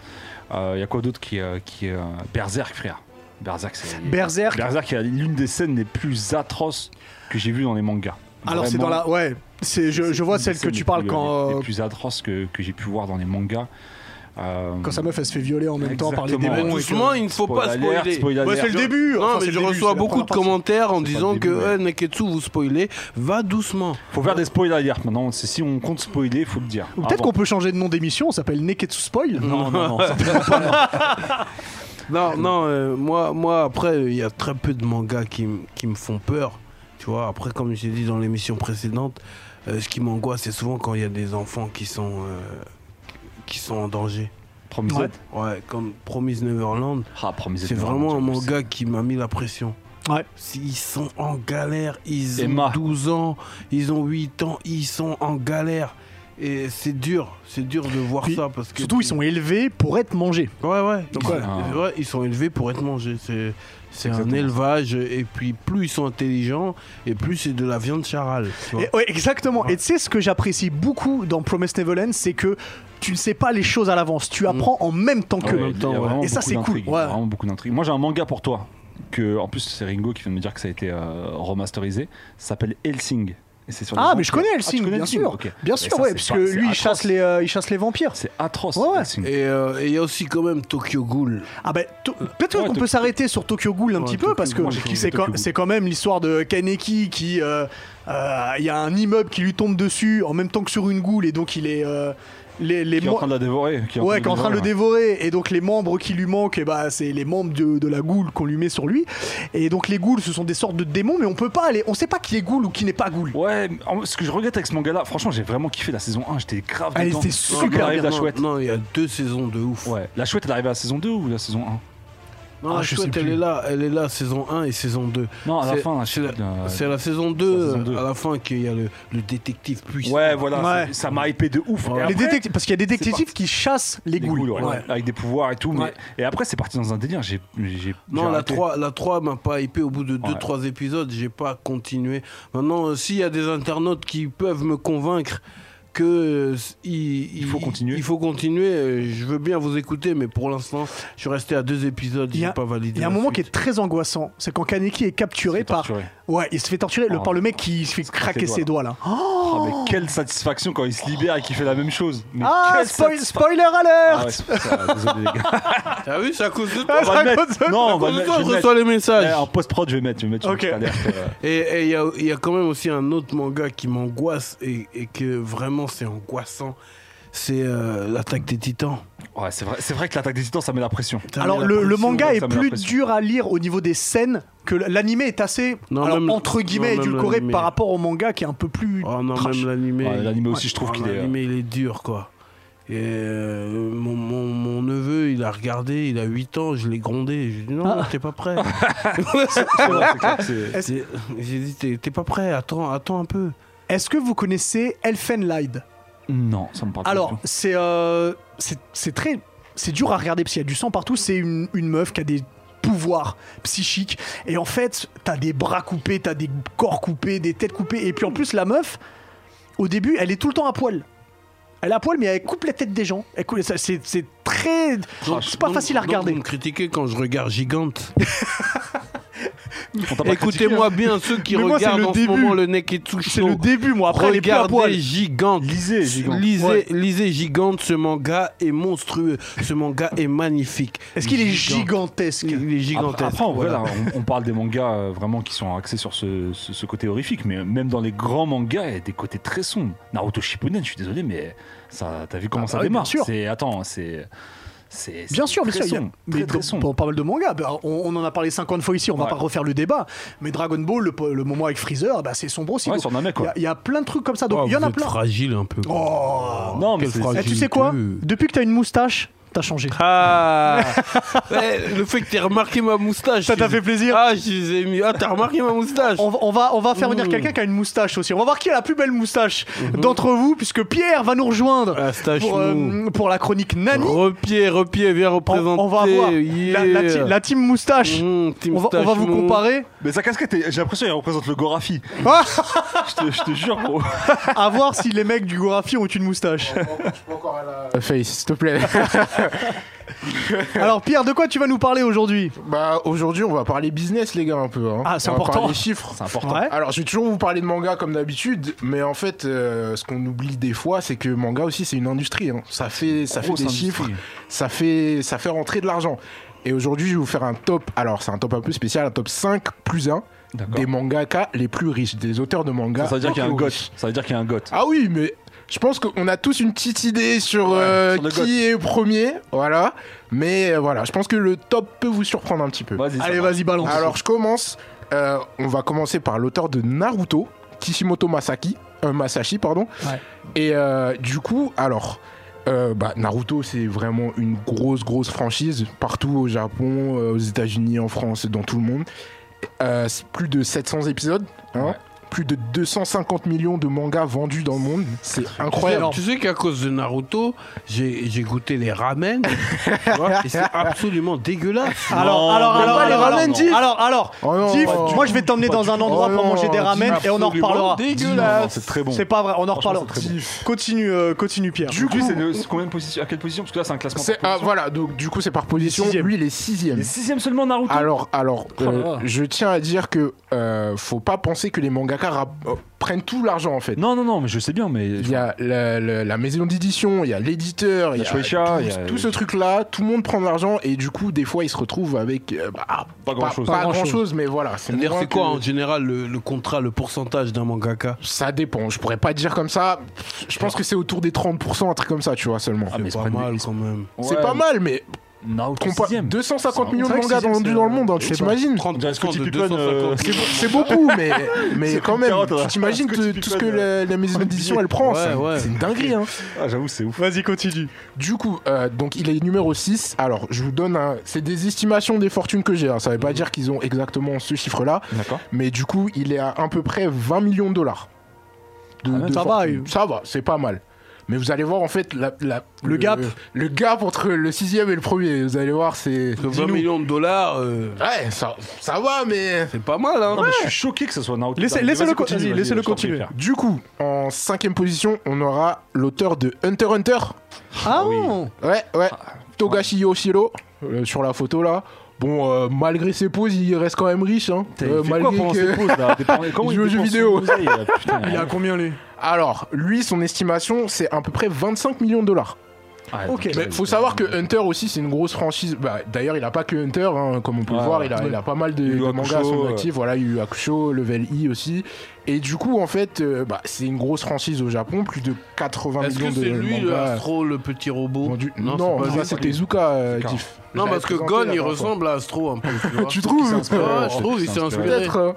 S2: il y a quoi d'autre qui euh, qui euh, Berserk frère Berserk c'est
S1: Berserk.
S2: Berserk est l'une des scènes les plus atroces que j'ai vues dans les mangas
S1: Alors c'est dans
S2: Vraiment,
S1: la ouais, c'est je,
S2: c'est
S1: je vois
S2: une des
S1: celle que
S2: scènes
S1: tu
S2: les
S1: parles
S2: plus-
S1: quand
S2: les,
S1: euh,
S2: les plus atroces que, que j'ai pu voir dans les mangas Euh,
S1: quand sa meuf elle se fait violer en même temps par les
S2: Exactement.
S1: démons.
S7: Mais
S1: et que-
S7: doucement, il ne faut pas
S2: spoiler alert,
S7: spoiler.
S2: spoiler
S1: Ouais,
S2: alert.
S1: c'est le début.
S7: Non,
S1: enfin, c'est
S7: mais
S1: le
S7: hein, je
S1: début,
S7: reçois
S1: c'est la
S7: beaucoup
S1: première
S7: de
S1: partie.
S7: commentaires en
S2: C'est pas
S7: disant
S2: le début,
S7: que
S2: ouais.
S7: eh, Neketsu, vous spoilez. Va doucement.
S2: faut faire des spoilers alert maintenant c'est si on compte spoiler faut le dire
S1: Ou peut-être
S2: Avant.
S1: qu'on peut changer de nom d'émission, on s'appelle Neketsu Spoil.
S2: non non non ça-
S7: Non, non, euh, moi, moi, après, il y a très peu de mangas qui, m- qui me font peur. Tu vois, après, comme j'ai dit dans l'émission précédente, euh, ce qui m'angoisse, c'est souvent quand il y a des enfants qui sont, euh, qui sont en danger.
S2: Promised
S1: Ouais.
S7: Ouais, comme Promise Neverland,
S2: Ah, Promised
S7: c'est
S2: Neverland,
S7: vraiment un
S2: c'est-
S7: manga qui m'a mis la pression.
S1: Ouais.
S7: Ils sont en galère, ils
S2: Emma.
S7: ont 12 ans, ils ont 8 ans, ils sont en galère. Et c'est dur, c'est dur de voir
S1: Puis,
S7: ça parce que.
S1: Surtout ils sont élevés pour être mangés.
S7: Ouais, ouais.
S1: Donc,
S7: ils,
S1: ouais.
S7: c'est vrai, ils sont élevés pour être mangés. C'est, c'est un
S2: Exactement.
S7: élevage. Et puis, plus ils sont intelligents, et plus c'est de la viande charale. tu vois.
S2: oh,
S1: Et- ouais, exactement.
S7: Ouais.
S1: Et tu sais, ce que j'apprécie beaucoup dans Promised Neverland, c'est que tu ne sais pas les choses à l'avance.
S2: Mm.
S1: Tu apprends Ah, en même temps que.
S2: Ouais,
S7: même
S2: il y a
S7: temps, ouais.
S2: vraiment
S1: Et ça,
S2: beaucoup
S1: c'est cool.
S2: d'intrigues,
S1: Ouais.
S2: Vraiment beaucoup d'intrigues. Moi, j'ai un manga pour toi. Que, en plus, c'est Ringo qui vient de me dire que ça a été euh, remasterisé. Ça s'appelle Helsing. Et c'est sur les
S1: Ah, mais
S2: vampires.
S1: je connais
S2: Ah, tu
S1: Helsing,
S2: connais
S1: bien
S2: Helsing,
S1: sûr.
S2: ok.
S1: Bien
S2: Et
S1: sûr,
S2: ça,
S1: ouais,
S2: c'est
S1: parce
S2: pas-
S1: que
S2: c'est
S1: lui, il
S2: atroce.
S1: chasse, les, euh, il chasse les vampires.
S2: C'est atroce,
S1: Ouais, ouais.
S2: Helsing.
S7: Et euh, et il y a aussi quand même Tokyo Ghoul.
S1: Ah, bah, to- peut-être
S2: Ouais,
S1: qu'on
S2: Tokyo-
S1: peut s'arrêter sur Tokyo Ghoul un
S7: Ouais,
S1: petit peu,
S7: Tokyo
S1: parce que
S2: Ghoul, j'ai kiffé
S1: c'est
S2: Tokyo
S1: quand,
S2: Ghoul.
S1: c'est quand même l'histoire de Kaneki qui. euh, euh, Il y a un immeuble qui lui tombe dessus en même temps que sur une goule, et donc il est. euh, les, les
S2: Qui est en
S1: mo-
S2: train de la dévorer. Qui est
S1: Ouais, qui est en train de le
S2: dévorer, ouais.
S1: dévorer. Et donc, les membres qui lui manquent, eh ben, c'est les membres de, de la goule qu'on lui met sur lui. Et donc, les ghouls, ce sont des sortes de démons, mais on peut pas aller. On sait pas qui est ghoul ou qui n'est pas ghoul.
S2: Ouais, mais en- ce que je regrette avec ce manga-là, franchement, j'ai vraiment kiffé la saison 1. J'étais grave
S1: Elle
S2: dedans.
S1: était
S2: Quand
S1: super
S2: il arrive
S1: bien,
S2: la Ah, chouette.
S7: Non, il y a deux saisons de ouf.
S2: Ouais, la chouette, elle arrive à la saison 2 ou la saison 1
S7: Non,
S1: Ah,
S7: la
S1: je sais
S7: chouette, elle
S1: plus.
S7: est là. Elle est là, saison 1 et saison 2.
S2: Non, à la
S7: C'est-
S2: fin, la
S7: c'est
S2: chouette. euh,
S7: C'est la saison
S2: la
S7: 2,
S2: saison deux.
S7: à la fin, qu'il y a le, le détective puissant.
S2: Ouais, voilà,
S1: Ouais.
S2: c'est- ça m'a hypé de ouf. Et
S7: Ouais. Les
S1: les
S2: après-
S1: détectives, parce qu'il y a des détectives
S2: parti.
S1: qui chassent les
S2: Des
S1: ghouls.
S2: ghouls, ouais,
S1: Ouais.
S2: avec des pouvoirs et tout. mais-
S1: Ouais.
S2: Et après, c'est parti dans un délire. J'ai, j'ai- j'ai
S7: Non, la
S2: arrêté.
S7: 3, la 3 m'a pas hypé au bout de 2-3 épisodes, j'ai pas continué. Maintenant, euh, s'il y a des internautes qui peuvent me convaincre que euh, s- il,
S2: Il faut continuer.
S7: Il faut continuer, euh, je veux bien vous écouter, mais pour l'instant, je suis resté à deux épisodes,
S1: Il y a-
S7: j'ai pas validé.
S1: Il y a un
S7: la
S1: moment qui
S7: suite.
S1: est très angoissant, c'est quand Kaneki est capturé
S2: C'est
S1: par.
S2: torturé.
S1: Ouais, il se fait torturer le,
S2: Oh.
S1: par le mec qui se fait
S2: craque
S1: craquer
S2: les
S1: ses doigts là.
S2: Oh, mais quelle satisfaction quand il se libère et qu'il fait la même chose. Mais
S1: ah,
S2: quelle
S1: spoil-
S2: satisfa-
S1: spoiler
S2: Ah
S1: alert
S2: ouais, c'est- ça, désolé, les gars.
S7: T'as vu, c'est à cause de
S1: Ah,
S7: toi.
S1: c'est
S2: On va
S1: à
S2: le mettre.
S1: cause de-
S2: Non, on
S7: à
S2: va
S7: cause
S2: le
S7: de
S2: mettre.
S7: toi,
S2: je
S7: je
S2: vais le
S7: reçois les
S2: mettre. Eh,
S7: messages.
S2: En post-prod, je vais mettre. Je vais mettre
S1: Ok.
S2: une petite alerte, euh.
S7: Et et il y a, il y a quand même aussi un autre manga qui m'angoisse et, et que vraiment c'est angoissant. C'est euh, l'attaque des titans.
S2: Ouais, c'est vrai, c'est vrai que l'attaque des titans, ça met la pression.
S7: Ça
S1: Alors
S7: met la
S1: le, le
S7: pression.
S1: manga
S2: ouais,
S1: est
S2: ça met
S1: plus
S2: l'impression.
S1: dur à lire au niveau des scènes que l- l'animé est assez
S7: Non,
S1: alors,
S7: même-
S1: entre guillemets
S7: non, même
S1: édulcoré
S7: l'animé.
S1: par rapport au manga qui est un peu plus
S7: Oh non,
S1: trash.
S7: même l'animé.
S2: Ouais,
S7: il-
S2: l'animé aussi, je trouve
S7: Oh,
S2: qu'il est. euh,
S7: L'animé, il est dur, quoi. Et euh, mon, mon, mon neveu, il a regardé, il a 8 ans, je l'ai grondé. J'ai dit non,
S1: Ah.
S7: non, t'es pas prêt.
S2: c'est clair que c'est-
S1: Est-ce
S7: J'ai j'ai dit t'es t'es pas prêt, attends, attends un peu.
S1: est-ce que vous connaissez Elfenlied
S2: Non, ça me parle pas
S1: Alors
S2: du tout.
S1: c'est euh, c'est c'est très c'est dur à regarder parce qu'il y a du sang partout. C'est une, une meuf qui a des pouvoirs psychiques et en fait t'as des bras coupés, t'as des corps coupés, des têtes coupées et puis en plus la meuf au début elle est tout le temps à poil. Elle a poil, mais elle coupe la tête des gens. Elle coupe- ça- C'est c'est très.
S7: Donc-
S1: C'est pas
S7: donc-
S1: facile à
S7: donc
S1: regarder. Ah,
S7: Vous me critiquez quand je regarde Gigante.
S2: On t'a pas critiqué,
S7: Écoutez-moi bien ceux qui
S1: bah, Mais moi, c'est
S7: regardent
S1: le
S7: en
S1: début.
S7: ce moment le nez qui touche.
S1: C'est le début, moi. Après, elle est plus à
S7: Regardez
S1: poil.
S7: Gigante.
S2: Lisez, Gigante.
S7: Lisez,
S1: Ouais.
S7: lisez Gigante, ce manga est monstrueux. Ce manga est magnifique.
S1: Est-ce qu'il est
S7: Gigante.
S1: gigantesque
S7: Il est
S2: Après,
S7: gigantesque.
S2: après, en vrai,
S7: voilà.
S2: là, on, on parle des mangas euh, vraiment qui sont axés sur ce, ce- ce côté horrifique, mais même dans les grands mangas, il y a des côtés très sombres. Naruto Shippuden, je suis désolé, mais ça, t'as vu comment
S1: Ah
S2: ça
S1: bah oui,
S2: démarre
S1: bien sûr.
S2: C'est attends, c'est c'est
S1: Bien
S2: c'est
S1: sûr, bien sûr.
S2: très
S1: il y a-
S2: sombre,
S1: mais
S2: très,
S1: dans-
S2: très sombre.
S1: dans pas mal de mangas. Bah, on, on en a parlé 50 fois ici, on va
S2: Ouais.
S1: pas refaire le débat. Mais Dragon Ball, le, po- le moment avec Freezer, bah, c'est sombre aussi.
S2: Ouais,
S1: Donc,
S2: c'est un mec,
S1: Il
S2: quoi.
S1: y a- il y, a plein de trucs comme ça. Donc
S7: Oh,
S1: il y en
S7: vous
S1: a
S7: êtes
S1: plein.
S7: fragile un peu.
S1: Oh.
S2: Non, mais
S7: Quelle
S2: c'est-
S1: Eh,
S7: fragilité.
S1: tu sais quoi Depuis que t'as une moustache, t'as changé.
S7: Ah Ouais, Le fait que t'aies remarqué ma moustache.
S1: Ça t'a
S7: je-
S1: fait plaisir
S7: Ah, je les ai mis. Ah, t'as remarqué ma moustache
S1: On va, on va, on va faire venir
S7: Mmh.
S1: quelqu'un qui a une moustache aussi. On va voir qui a la plus belle moustache d'entre vous, puisque Pierre va nous rejoindre
S7: Ah, stache
S1: pour, euh,
S7: mou.
S1: pour la chronique Nani.
S7: Repied, repied, viens
S1: On,
S7: représenter.
S1: on va voir la, la ti-
S7: Yeah.
S1: la team moustache.
S7: Mmh, team
S1: on, va, on va vous
S7: Stachmou.
S1: comparer.
S2: Mais sa casquette, est- j'ai l'impression qu'elle représente le Gorafi.
S1: Ah
S2: je, te, je te jure, gros.
S1: à voir si les mecs du Gorafi ont une moustache.
S8: Face, Euh, s'il te plaît.
S1: Alors Pierre, de quoi tu vas nous parler aujourd'hui
S8: bah, aujourd'hui, on va parler business, les gars, un peu. hein.
S1: Ah, c'est
S8: On va
S1: important.
S8: parler chiffres.
S2: C'est important.
S1: Ouais.
S8: Alors, je vais toujours vous parler de manga comme d'habitude, mais en fait, euh, ce qu'on oublie des fois, c'est que manga aussi, c'est une industrie. hein. Ça fait, ça fait
S2: Grosse
S8: des
S2: industrie.
S8: chiffres, ça fait, ça fait rentrer de l'argent. Et aujourd'hui, je vais vous faire un top. Alors, c'est un top un peu spécial, un top 5 plus 1
S2: D'accord.
S8: des mangaka les plus riches, des auteurs de manga.
S2: Ça, ça veut dire qu'il y a un
S8: les plus
S2: got.
S8: riches.
S2: Ça veut dire qu'il y a un got.
S8: Ah oui, mais je pense qu'on a tous une petite idée sur, euh,
S2: sur le goth.
S8: qui est premier, voilà. Mais euh, voilà, je pense que le top peut vous surprendre un petit peu.
S2: Vas-y. ça
S1: Allez,
S2: va.
S1: vas-y, balance.
S8: Alors je commence. Euh, on va commencer par l'auteur de Naruto, Kishimoto Masaki, euh, Masashi, pardon.
S1: Ouais.
S8: Et euh, du coup, alors. euh, bah, Naruto, c'est vraiment une grosse, grosse franchise partout au Japon, euh, aux États-Unis, en France, dans tout le monde. Euh, c'est plus de 700 épisodes, hein.
S2: Ouais.
S8: plus de 250 millions de mangas vendus dans le monde. C'est incroyable.
S7: Tu sais qu'à cause de Naruto, j'ai j'ai goûté les ramen. tu vois, et c'est absolument dégueulasse.
S1: Alors, ah,
S2: Non,
S1: alors,
S2: mais
S1: alors,
S2: pas les
S1: alors,
S2: ramen,
S1: alors,
S2: Diff.
S1: alors, alors,
S8: Oh non.
S1: Diff,
S8: Pas du
S1: moi je vais t'emmener dans un endroit
S8: Oh
S1: pour
S8: non,
S1: manger des
S8: Diff,
S1: ramen et on en reparlera.
S2: Dégueulasse. C'est très bon.
S1: C'est pas vrai, on en reparlera.
S2: Franchement, c'est très
S1: Continue, euh, continue Pierre.
S8: Du
S2: Du coup,
S8: coup-
S2: c'est le- c'est combien de position À quelle position Parce que là, c'est un classement.
S8: C'est-
S2: par
S8: ah,
S2: position.
S8: voilà, donc du coup, c'est par position.
S1: sixième.
S8: Lui, il est sixième.
S2: Et sixième seulement Naruto.
S1: Ah,
S8: Alors, alors,
S2: Oh là
S8: euh,
S2: là.
S8: je tiens à dire que euh, faut pas penser que les mangaka rap- euh, prennent tout l'argent en fait.
S2: Non, non, non, mais je sais bien, mais.
S8: Il y a la, la- la maison d'édition, il y a l'éditeur, il y a
S2: Shueisha,
S8: tout,
S2: il y a-
S8: tout ce truc-là. Tout le monde prend de l'argent et du coup, des fois, ils se retrouvent avec euh, bah, pas,
S2: Pas grand-chose.
S8: pas
S2: Pas
S8: grand-chose, mais voilà. C'est
S7: C'est-à-dire,
S8: moins
S7: c'est quoi hein
S8: que-
S7: en général le, le contrat, le pourcentage d'un mangaka
S8: Ça dépend. Je pourrais pas dire comme ça. Je pense que c'est autour des 30 un truc comme ça, tu vois seulement.
S2: Ah, mais
S7: C'est
S2: c'est
S7: pas
S2: pas une-
S7: mal quand même.
S8: c'est
S2: Ouais,
S8: pas mal, mais
S2: Naruto
S8: compa-
S2: sixième.
S8: 250 millions
S1: C'est
S8: de
S1: vrai que
S8: mangas
S1: sixième,
S8: vendus
S1: c'est-
S8: dans le monde, hein,
S1: je
S8: tu
S1: sais pas.
S8: t'imagines
S7: 30%
S2: Dirait ce que
S7: de
S2: Tipicone, euh,
S7: 250
S8: C'est beau- C'est beaucoup, mais, mais quand
S2: comme
S8: même,
S2: carotte,
S8: tu
S2: ouais.
S8: t'imagines
S2: Parce que
S8: tout,
S2: tu
S8: tout ce que
S2: fais de-
S8: la, la maison d'édition elle prend.
S7: Ouais,
S8: c'est-
S7: ouais.
S8: C'est une dinguerie. Hein.
S2: Ah, j'avoue, c'est ouf.
S1: Vas-y, continue.
S8: Du coup, euh, donc il est numéro 6. Alors, je vous donne un. C'est des estimations des fortunes que j'ai. hein. Ça veut
S1: Mhm.
S8: pas dire qu'ils ont exactement ce chiffre-là.
S2: D'accord.
S8: Mais du coup, il est à à peu près 20 millions de dollars. De-
S1: Ah,
S8: de
S1: ça va,
S8: fortune. Ça va, c'est pas mal. Mais vous allez voir en fait la- la-
S1: Le gap.
S8: le gap entre le sixième et le premier. Vous allez voir, c'est.
S7: Parce que 20 millions de dollars, euh,
S8: Ouais, ça, ça va, mais.
S7: c'est pas mal. Hein
S2: Non, mais je suis choqué que ce soit Naruto.
S1: Laissez-
S2: Mais
S1: laissez-le
S2: vas-y,
S1: co-
S2: continue,
S1: vas-y,
S2: vas-y,
S1: laissez-le
S2: je t'en prie,
S1: continuer.
S2: frère.
S8: Du coup, en cinquième position, on aura l'auteur de Hunter x Hunter.
S1: Ah,
S2: oui.
S8: Ouais, ouais. Togashi Yoshiro, euh, sur la photo là. Bon, euh, malgré ses poses, il reste quand même riche. Hein.
S2: Putain,
S8: Euh,
S2: il fait
S8: malgré
S2: quoi pendant
S8: que-
S2: ses pauses là Des parents- Comment
S8: Il joue aux jeux
S2: dépense
S8: vidéo.
S2: son oseille, là Putain,
S1: il y a combien lui
S8: Alors, lui, son estimation, c'est à peu près 25 millions de dollars.
S2: ouais,
S1: Ok.
S2: donc,
S8: Mais
S2: euh,
S8: faut savoir que Hunter aussi, c'est une grosse franchise. Bah, D'ailleurs, il a pas que Hunter, hein, comme on peut
S2: Ouais,
S8: le voir,
S2: ouais.
S8: il, a,
S1: Ouais.
S8: il a pas mal de,
S2: Yu Yu
S8: de mangas à son
S2: Hakusho,
S8: actif. Voilà, il y a eu Akusho, Level I aussi. Et du coup, en fait, euh, bah, c'est une grosse franchise au Japon, plus de 80
S7: Est-ce
S8: millions
S7: que
S8: de
S7: c'est lui, le
S8: mangas
S7: Astro, le petit robot
S8: vendus.
S7: Non,
S8: Non, bah,
S7: c'est pas
S8: ça
S7: lui.
S8: c'était Zuka, euh,
S2: Zuka.
S8: Diff.
S7: Non, parce que Gon,
S8: J'avais présenté
S7: il
S8: la dernière fois.
S7: ressemble à Astro un peu. vois.
S8: Tu trouves
S7: Ouais, je trouve, il s'est inspiré.
S8: Peut-être. hein.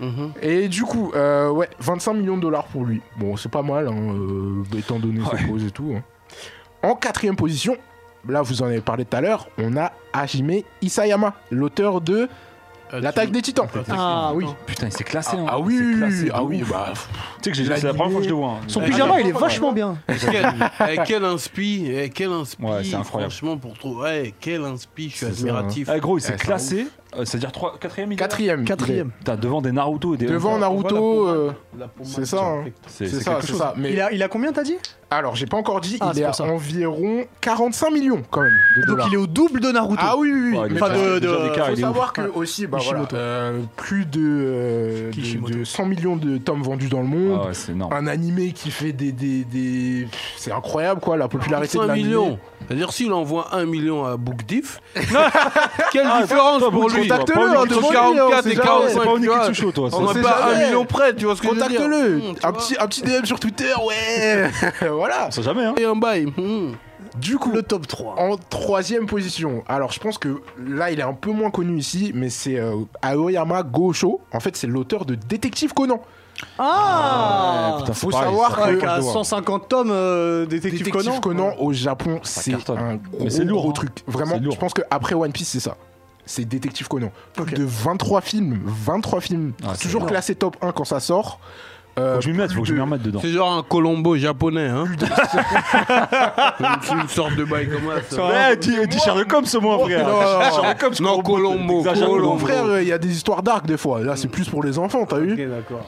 S7: Mhm.
S8: Et du coup, euh, ouais, 25 millions de dollars pour lui. Bon, c'est pas mal, hein, euh, étant donné ses poses et tout. hein. En quatrième position, là vous en avez parlé tout à l'heure, on a Hajime Isayama, l'auteur de
S7: Ah,
S8: L'attaque
S7: tu-
S8: Euh, des Titans.
S1: Ah oui.
S2: Putain, il s'est classé. hein.
S8: Ah
S2: Il
S8: oui,
S2: s'est
S8: oui,
S2: classé
S8: oui,
S2: de
S8: ah
S2: ouf.
S8: oui, bah,
S2: Tu sais que j'ai- c'est la
S8: l'animé.
S2: première fois que je le vois. hein.
S1: Son
S7: Ah,
S1: pyjama,
S7: non,
S1: il est
S8: non,
S1: vachement bien.
S7: Quel, eh, quel inspi, eh, quel inspi,
S2: Ouais, c'est incroyable.
S7: franchement pour trouver, eh, quel inspi, je suis
S8: C'est ça, hein.
S7: admiratif.
S2: Ah, gros, il s'est
S8: Eh, c'est
S2: classé Euh, C'est-à-dire trois- quatrième il est là
S8: Quatrième.
S1: Quatrième.
S2: T'as devant des Naruto et des.
S8: Devant
S1: hein.
S8: Naruto, euh,
S7: La pommade
S8: c'est ça,
S7: qui
S8: hein.
S7: infecte.
S2: C'est
S8: C'est
S2: c'est
S8: ça,
S2: quelque
S8: c'est
S2: chose.
S8: ça. Mais
S1: Il, a, il a combien, t'as dit
S8: alors, j'ai pas encore dit,
S1: Ah,
S8: il
S1: c'est
S8: est à
S1: pour ça.
S8: environ 45 millions quand même de
S1: Donc
S8: dollars.
S1: il est au double de Naruto.
S8: Ah oui, oui, oui.
S2: Ouais,
S8: mais
S1: Enfin,
S8: parce
S1: de-
S8: que-
S1: de-
S2: déjà, l'écart, il
S8: faut
S2: est ouf.
S8: savoir que aussi, bah, voilà,
S1: Kishimoto.
S8: euh, plus de, euh, de-
S1: Kishimoto.
S8: de 100 millions de tomes vendus dans le monde.
S2: Ah ouais, c'est énorme.
S8: Un animé qui fait des. des, des- Pff, C'est incroyable quoi, la popularité de
S7: 1
S8: l'animé.
S7: million. C'est-à-dire s'il envoie 1 million à Bookdiff, quelle différence pour lui
S8: Ah, contacte-le, hein,
S7: entre
S8: demande-lui,
S7: 44 et
S8: on sait jamais.
S2: C'est pas
S7: 45, tu vois.
S2: Onikutsusho, toi. ça.
S7: On
S8: sait
S7: n'a pas
S8: jamais.
S7: 1 million près, tu vois ce que je veux dire
S8: Contacte-le.
S7: Mmh, tu
S8: un,
S7: vois.
S8: petit, un petit DM sur Twitter, ouais. voilà.
S2: On sait jamais, hein.
S7: Et un bail. mmh.
S1: du coup, le top 3.
S8: En troisième position, alors je pense que là il est un peu moins connu ici, mais c'est euh, Aoyama Gosho. En fait, c'est l'auteur de Détective Conan.
S1: Ah
S2: Ouais, putain, c'est
S8: faut
S2: pareil,
S8: savoir
S2: ça.
S8: que-
S1: Avec
S8: Ouais,
S1: un
S8: je vois.
S1: 150 tomes, euh, détective,
S8: Détective
S1: Conan.
S8: Conan, au Japon, c'est
S2: cartonne.
S8: un
S2: Mais
S8: gros,
S2: c'est lourd,
S8: gros
S2: hein.
S8: truc. Vraiment,
S2: C'est lourd.
S8: je pense qu'après One Piece, c'est ça. C'est Détective Conan. Plus
S1: Ok.
S8: de 23 films, 23 films,
S2: Ah, c'est
S8: toujours
S2: énorme.
S8: classé top 1 quand ça sort. Euh,
S2: Faut que je m'y mette, faut que je m'y remette dedans.
S7: C'est genre un Colombo japonais, hein C'est une sorte de bail comme ça.
S1: Eh,
S2: Ouais, dis, dis Sherlock Holmes au moins, frère.
S8: non, non.
S2: Sherlock Holmes,
S7: Non, Colombo,
S2: t'exagères,
S7: Colombo.
S8: mon frère, euh, il y a des histoires d'arc des fois. Là, c'est plus pour les enfants, t'as vu
S7: Ok, d'accord.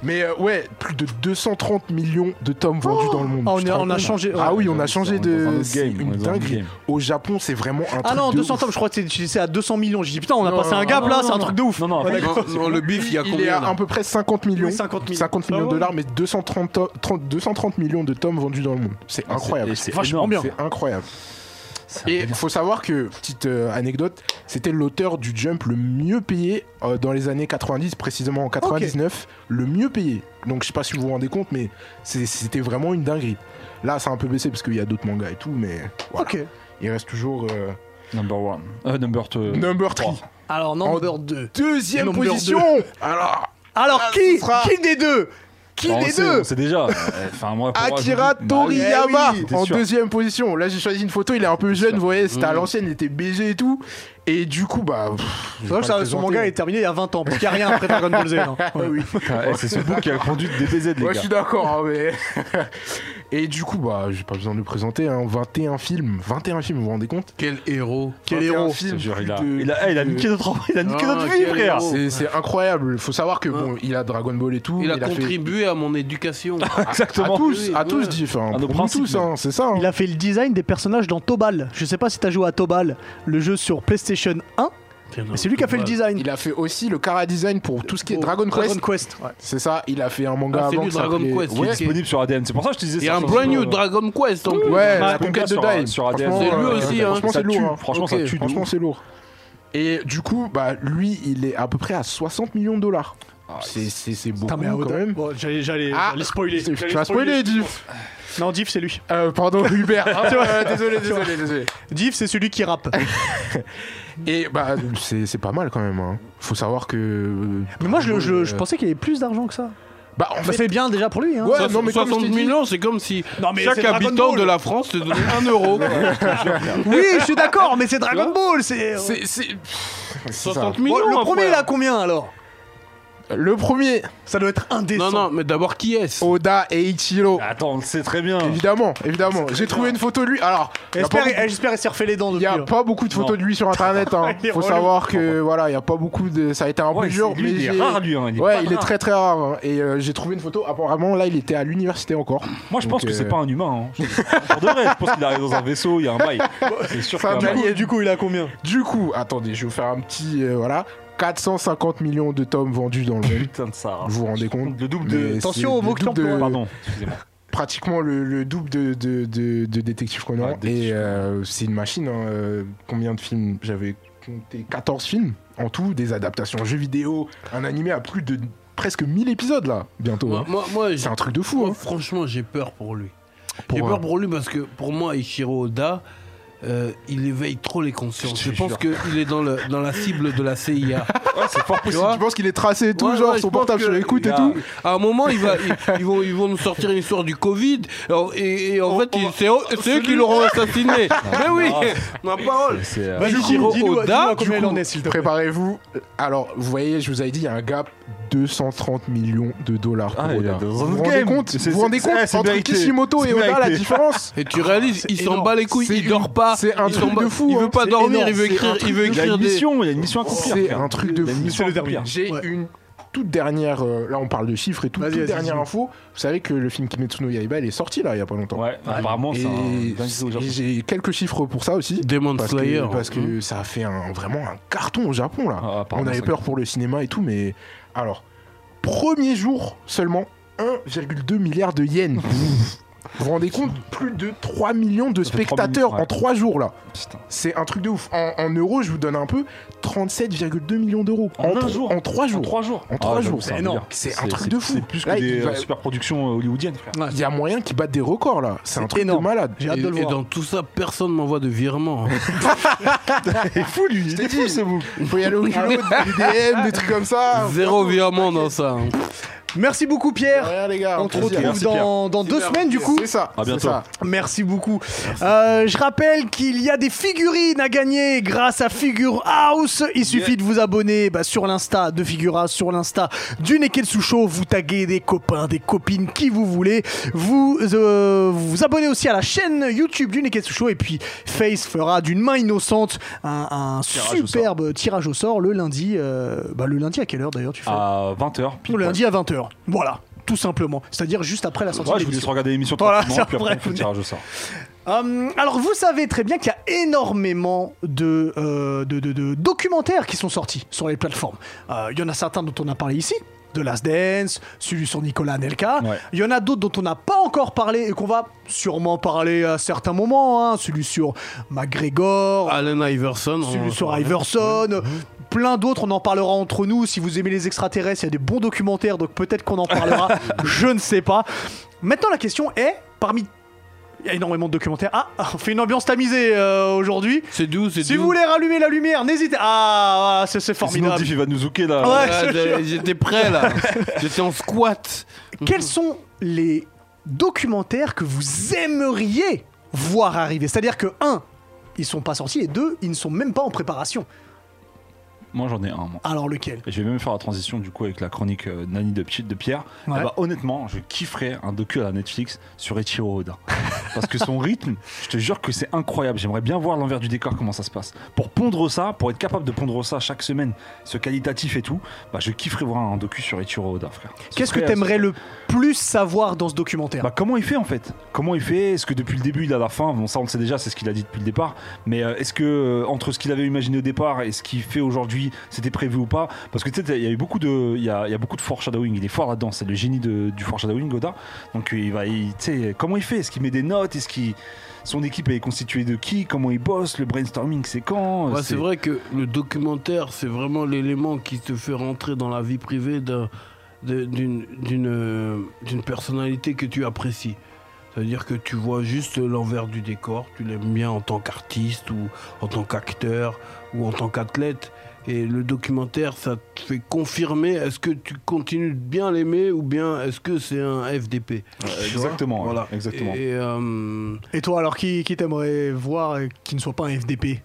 S8: Mais euh, ouais, plus de 230 millions de tomes vendus dans le monde.
S1: Ah, on
S8: Tu
S1: est-
S8: te rends
S1: on a
S8: compte
S1: changé, ouais.
S8: Ah oui, on
S2: Ouais,
S8: a changé
S2: on est dans un
S8: de.
S2: autre
S8: C'est
S2: game, on est
S8: une
S2: dans un autre
S8: dinguerie.
S2: game.
S8: Au Japon, c'est vraiment un truc.
S1: Ah non,
S8: de
S1: 200
S8: ouf.
S1: tomes, je crois que c'est- c'est à 200 millions. J'ai dit putain, on a
S8: Non,
S1: passé un
S8: non,
S1: gap
S8: non,
S1: là,
S8: non,
S1: c'est un
S8: non.
S1: truc de ouf.
S2: Non, non,
S1: Ouais,
S2: après,
S1: d'accord.
S7: Dans, dans le bif, il y a
S8: Il est
S7: combien
S8: à
S7: là
S8: à peu près 50 millions,
S1: Oui, 50 millions.
S8: millions
S1: Ah
S8: de
S1: ouais.
S8: dollars, mais 230, to- 30 230 millions de tomes vendus dans le monde. C'est
S2: c'est-
S8: incroyable.
S2: c'est
S1: vachement
S2: énorme.
S1: bien.
S8: C'est incroyable.
S2: C'est
S8: Et
S2: un
S8: il
S2: délire.
S8: faut savoir que, petite euh, anecdote, c'était l'auteur du Jump le mieux payé euh, dans les années 90, précisément en 99, le mieux payé. Donc je sais pas si vous vous rendez compte, mais c'est- c'était vraiment une dinguerie. Là, ça a un peu baissé parce qu'il y a d'autres mangas et tout, mais voilà.
S1: Ok.
S8: il reste toujours euh,
S2: Number one. Euh, number two.
S8: number 3.
S2: trois.
S1: Alors, number 2.
S8: Deuxième
S1: Number
S8: position Alors,
S1: Alors,
S8: Ah,
S1: qui
S8: ce sera-
S1: Qui des deux Qui
S2: Enfin, Bah, on
S1: des
S2: sait-
S1: deux
S2: On sait déjà. Euh, Enfin, moi, pour moi, je
S8: Akira
S2: me dis- Bah oui.
S8: Toriyama
S2: oui, t'es
S8: en
S2: sûr.
S8: deuxième position. Là, j'ai choisi une photo. Il est un peu jeune, vous voyez. C'était à l'ancienne, il était BG et tout. Et du coup, bah. pff, je vais
S1: C'est vrai
S8: pas
S1: que
S8: le
S1: ça- son
S8: présenter.
S1: manga est terminé il y a 20 ans, parce qu'il n'y a rien après Dragon Ball Z. hein.
S8: Ah oui.
S2: Ah, eh, C'est ce book qui a conduit des BZ, les
S8: Ouais, je
S2: gars.
S8: suis d'accord, hein, mais. et du coup, bah, j'ai pas besoin de le présenter. hein. 21 films, 21 films, vous vous rendez compte
S7: Quel héros.
S1: Quel
S8: 21
S1: héros
S2: Je
S8: films,
S2: te jure,
S8: plus
S2: Il a-
S8: de-
S2: il a- eh, il a
S8: plus de-
S2: niqué notre il a niqué
S7: Ah,
S2: notre vie,
S7: quel
S2: frère.
S7: héros.
S8: Oh. C'est- C'est incroyable. Faut savoir que bon, il a Dragon Ball et tout.
S7: Il a
S8: fait-
S7: contribué à mon éducation.
S2: Ah,
S8: À
S2: Exactement.
S8: tous,
S7: Oui,
S8: à tous,
S7: ouais.
S8: dis, enfin,
S2: nos
S8: pour nous
S2: principes,
S8: tous, hein, c'est ça. hein.
S1: Il a fait le design des personnages dans Tobal. Je sais pas si t'as joué à Tobal, le jeu sur PlayStation 1, mais c'est lui qui a fait le design.
S8: Il a fait aussi le Kara Design pour tout ce qui est
S1: Pour
S8: Dragon Quest.
S1: Dragon Quest. ouais.
S8: C'est ça, il a fait un manga
S7: Ah, c'est
S8: avant
S7: lui,
S8: qui
S7: Dragon
S8: s'appelait-
S7: Quest,
S8: Ouais,
S7: il
S2: C'est disponible sur ADN. C'est pour ça que je te disais.
S7: Il y a
S2: ça
S7: un
S2: ressemble,
S7: brand new
S2: euh,
S7: Dragon Quest en plus.
S8: Ouais,
S2: Ouais,
S8: la conquête
S2: sur-
S8: de Dime.
S2: sur ADN.
S8: Franchement,
S7: C'est lui
S8: euh,
S7: aussi, hein.
S8: Franchement,
S2: Ça
S8: c'est lourd.
S2: tue.
S8: hein.
S2: Franchement, ça
S8: Ok,
S2: tue de
S8: Franchement,
S2: ouf.
S8: c'est lourd. Et du coup, bah, lui, il est à peu près à 60 millions de dollars.
S2: Ah,
S8: C'est- C'est c'est beaucoup
S1: Putain, mais
S8: quand
S1: Aoda-
S8: même.
S1: Bon, j'allais, j'allais,
S8: Ah,
S1: j'allais spoiler.
S8: Tu
S1: J'allais
S8: vas spoiler, Div.
S1: Non, Div, c'est lui.
S8: Euh, pardon, Hubert. Euh, désolé, désolé, désolé.
S1: Div, c'est celui qui rappe.
S8: Et bah, c'est c'est pas mal quand même. hein. Faut savoir que. euh,
S1: Mais moi, je, le- je le- je
S8: euh,
S1: pensais qu'il y avait plus d'argent que ça.
S8: Bah, en
S1: Bah,
S8: fait.
S1: c'est bien déjà pour lui. Hein.
S8: Ouais,
S7: Soix-
S8: non, mais comme je
S7: 60
S8: t'ai dit-
S7: millions, c'est comme si
S1: Non, mais c'est
S7: chaque
S1: Dragon
S7: habitant
S1: Ball.
S7: de la France te donnait 1 euro.
S1: Oui, je suis d'accord, mais c'est Dragon Ball. C'est...
S8: c'est- c'est- c'est ça.
S7: 60 millions.
S1: Bon, le
S7: hein,
S1: premier, il
S7: frère.
S1: a combien alors
S8: Le premier,
S1: Ça doit être indécent.
S7: Non, non, mais d'abord, qui est-ce
S8: Oda et Ichiro.
S2: Attends, on le sait très bien.
S8: Évidemment, évidemment. J'ai trouvé une photo de lui. Alors, il y a pas
S1: J'espère,
S8: beaucoup-
S1: j'espère qu'il s'est refait les dents
S8: Il
S1: depuis.
S8: n'y a
S1: hein.
S8: pas beaucoup de photos
S2: Non.
S8: de lui sur internet. Hein.
S1: Il est
S8: Faut
S1: relou.
S8: savoir que voilà, il n'y a pas beaucoup de. Ça a été un peu
S2: Ouais,
S8: dur.
S2: c'est- lui,
S8: mais
S2: il est
S8: j'ai-
S2: rare, lui, hein, il est pas
S8: ouais, il est
S2: rare.
S8: très très rare. hein. Et euh, j'ai trouvé une photo. Apparemment, là, il était à l'université encore.
S2: Moi, je
S8: Donc,
S2: pense que
S8: euh,
S2: c'est pas un humain. hein. Je- Pour de vrai, je pense qu'il arrive dans un vaisseau, il y a un bail. C'est sûr
S8: Ça
S2: qu'il y a un
S8: va.
S2: bail.
S1: Et du coup, il a combien
S8: Du coup, attendez, je vais vous faire un petit. euh, voilà. 450 millions de tomes vendus dans le monde.
S2: Putain de ça.
S8: Vous vous rendez compte
S2: Le double
S8: Mais
S2: de.
S8: c'est
S1: Attention aux
S8: le
S1: mots que
S8: double
S1: t'emploies.
S8: de-
S2: Pardon, excusez-moi.
S8: Pratiquement le, le double de, de, de, de Détective Conan.
S2: Ouais, Détective
S8: et euh, c'est une machine. hein, euh, combien de films J'avais compté 14 films en tout. Des adaptations en jeux vidéo. Un animé à plus de presque 1000 épisodes là. Bientôt. hein.
S7: Moi, moi, moi,
S8: C'est
S7: j'ai-
S8: un truc de fou.
S7: moi,
S8: Hein.
S7: franchement, j'ai peur pour lui.
S8: Pour,
S7: J'ai
S8: euh,
S7: peur pour lui parce que pour moi, Ichiro Oda, euh, il éveille trop les consciences. Je,
S2: Je te
S7: pense qu'il est dans, le, dans la cible de la CIA.
S2: Ouais, c'est fort
S7: Tu
S2: possible.
S7: vois
S8: Tu penses qu'il est tracé et tout,
S7: Ouais,
S8: genre
S7: ouais, je
S8: son
S7: pense
S8: portable
S7: que-
S8: sur écoute et
S2: Gars,
S8: tout
S7: À un moment, il va, ils, ils vont, ils vont nous sortir une histoire du Covid. Et, et- et en fait, ils- c'est eux- c'est eux qui l'auront assassiné.
S8: Ah,
S7: Mais oui, ma parole.
S2: C'est, euh,
S1: Vas-y,
S7: Bah, Du
S1: Giro,
S7: coup,
S1: dis-nous
S7: Oda,
S1: dis-nous à
S7: du
S1: combien il
S7: coup,
S1: en est, s'il te plaît.
S8: Préparez-vous. Alors, vous voyez, je vous avais dit, il y a un gap 230 millions de dollars pour
S2: Ah, il a
S8: Oda.
S2: de-
S8: Vous vous
S2: Game.
S8: rendez compte
S2: C'est-
S8: Vous vous rendez
S2: c'est-
S8: compte
S2: eh, c'est
S8: Entre
S2: mérité.
S8: Kishimoto et
S2: C'est
S8: Oda, la
S2: mérité.
S8: différence
S7: Et tu réalises, il s'en
S1: énorme.
S7: bat les couilles,
S8: C'est
S7: il
S8: une-
S7: dort pas.
S8: c'est un
S7: il
S8: truc
S7: s'en bat-
S8: de fou,
S7: Il
S8: hein,
S7: veut pas
S8: c'est
S7: dormir,
S8: énorme,
S7: il veut
S8: c'est un
S7: écrire, il
S8: truc
S2: Il
S7: veut
S2: y a une
S7: écrire des.
S2: mission, il y a une mission à accomplir.
S8: C'est
S2: frère.
S8: un truc de
S2: La
S8: fou.
S2: mission à accomplir.
S8: J'ai
S1: Ouais.
S8: une toute dernière. euh, là, on parle de chiffres et tout.
S7: Vas-y,
S8: Toute
S7: vas-y,
S8: dernière
S7: vas-y.
S8: info. Vous savez que le film Kimetsu no Yaiba, il est sorti là, il y a pas longtemps.
S2: Ouais, apparemment,
S8: Et,
S2: c'est un dingue au Japon.
S8: et j'ai quelques chiffres pour ça aussi.
S7: Demon
S8: Parce
S7: Slayer. Hmm.
S8: que, parce que ça a fait un- vraiment un carton au Japon là.
S2: Mmh. Ah, apparemment,
S8: on avait
S2: ça-
S8: peur pour le cinéma et tout, mais alors premier jour seulement 1,2 milliard de yens. vous vous rendez compte Plus de 3 millions de
S2: Ça fait 3
S8: spectateurs
S2: millions, ouais.
S8: en 3 jours là.
S2: Putain.
S8: C'est un truc de ouf. En, en euros, je vous donne un peu 37,2 millions d'euros
S2: En un
S8: tro-
S2: jour
S8: en 3 jours.
S2: En trois jours.
S8: En trois
S2: j'avoue,
S8: jours, c'est
S2: un
S8: énorme.
S2: délire.
S8: C'est un truc de fou.
S2: C'est plus que
S8: Là, il
S2: des
S8: va-
S2: euh, superproductions euh, hollywoodiennes, frère.
S7: Ouais.
S8: Il y a moyen qu'ils battent des records là. C'est un
S1: C'est
S8: truc
S1: énorme.
S8: de malade.
S1: J'ai hâte
S7: Et,
S1: de le
S7: et
S1: voir.
S7: dans tout ça, personne m'envoie de hein. virement.
S2: Il est fou, lui. Il est fou, ce vous.
S8: Faut y aller au culot, des DM, des trucs comme ça.
S1: hein,
S7: Zéro virement dans ça. hein.
S1: Merci beaucoup, Pierre.
S8: Rien les gars.
S1: On
S8: un
S1: te
S8: plaisir.
S1: retrouve
S2: Merci,
S1: dans, dans deux
S7: Merci,
S1: semaines, du coup.
S8: C'est ça.
S2: À
S8: c'est
S2: bientôt.
S8: ça.
S1: Merci beaucoup. Euh, je rappelle qu'il y a des figurines à gagner grâce à Figure House. Il suffit de vous abonner bah, sur l'insta de Figura, sur l'insta du Neketsu Show. Vous taguez des copains, des copines, qui vous voulez. Vous euh, vous vous abonnez aussi à la chaîne YouTube du Neketsu Show. Et puis Face fera d'une main innocente un, un
S2: Tirage au
S1: superbe tirage au sort le lundi. euh, bah, le lundi à quelle heure d'ailleurs tu fais
S2: À 20h.
S1: Le lundi à 20h. Voilà, tout simplement. C'est-à-dire juste après la sortie
S2: Ouais,
S1: de
S2: je vous laisse
S1: l'émission.
S2: regarder l'émission
S1: Voilà,
S2: tranquillement,
S1: c'est
S2: puis après,
S1: vrai,
S2: on fait le
S1: vous-
S2: tirage au sort.
S1: Hum, alors vous savez très bien qu'il y a énormément de, euh, de, de- de documentaires qui sont sortis sur les plateformes. Euh, Il y en a certains dont on a parlé ici. De Last Dance, celui sur Nicolas Anelka.
S2: Ouais.
S1: Il y en a d'autres dont on n'a pas encore parlé et qu'on va sûrement parler à certains moments. hein. Celui sur McGregor,
S7: Allen Iverson. on
S1: celui
S7: en
S1: sur
S7: parle.
S1: Iverson, euh, plein d'autres. On en parlera entre nous. Si vous aimez les extraterrestres, il y a des bons documentaires, donc peut-être qu'on en parlera. je ne sais pas. Maintenant, la question est parmi. Il y a énormément de documentaires. Ah, on fait une ambiance tamisée euh, aujourd'hui.
S7: C'est doux, c'est doux.
S1: Si vous voulez rallumer la lumière, n'hésitez. Ah, ah, c'est c'est
S2: Sinon,
S1: formidable.
S2: Diff, il va nous zouker, là.
S1: Ouais.
S7: Ah,
S1: je te
S7: j'ai- J'étais prêt là. J'étais en squat.
S1: Quels sont les documentaires que vous aimeriez voir arriver C'est-à-dire que, un, ils sont pas sortis et deux, ils ne sont même pas en préparation.
S2: Moi, j'en ai un, moi.
S1: Alors lequel
S2: Et je vais même faire la transition du coup avec la chronique euh, Nani de, Pchi- de Pierre.
S1: Ouais.
S2: Eh ben, honnêtement, je kifferais un docu à la Netflix sur Eiichiro Oda. Parce que son rythme, je te jure que c'est incroyable. J'aimerais bien voir l'envers du décor, comment ça se passe. Pour pondre ça, pour être capable de pondre ça chaque semaine, ce qualitatif et tout, bah, je kifferais voir un docu sur Eiichiro Oda, frère. Ce
S1: Qu'est-ce que
S2: serait- euh,
S1: t'aimerais le plus savoir dans ce documentaire
S2: bah, comment il fait en fait Comment il fait Est-ce que depuis le début, il a la fin Bon, ça on le sait déjà, c'est ce qu'il a dit depuis le départ. Mais euh, est-ce que euh, entre ce qu'il avait imaginé au départ et ce qu'il fait aujourd'hui, c'était prévu ou pas Parce que tu sais, t'as- il y a eu beaucoup de, il y a, il y a beaucoup de foreshadowing. Il est fort là-dedans. C'est le génie de- du foreshadowing, Goda. Donc il va, il- tu sais, comment il fait Est-ce qu'il met des notes Est-ce qu'il son équipe elle est constituée de qui Comment il bosse Le brainstorming, c'est quand
S7: Ouais, c'est vrai que le documentaire, c'est vraiment l'élément qui te fait rentrer dans la vie privée d'un- de- d'une d'une, euh, d'une personnalité que tu apprécies. C'est-à-dire que tu vois juste l'envers du décor, tu l'aimes bien en tant qu'artiste ou en tant qu'acteur ou en tant qu'athlète. Et le documentaire, ça te fait confirmer est-ce que tu continues de bien l'aimer ou bien est-ce que c'est un FDP
S2: Exactement.
S7: Voilà.
S2: ouais, Exactement.
S7: Et, euh,
S1: Et toi, alors, qui, qui t'aimerais voir et qui ne soit pas un FDP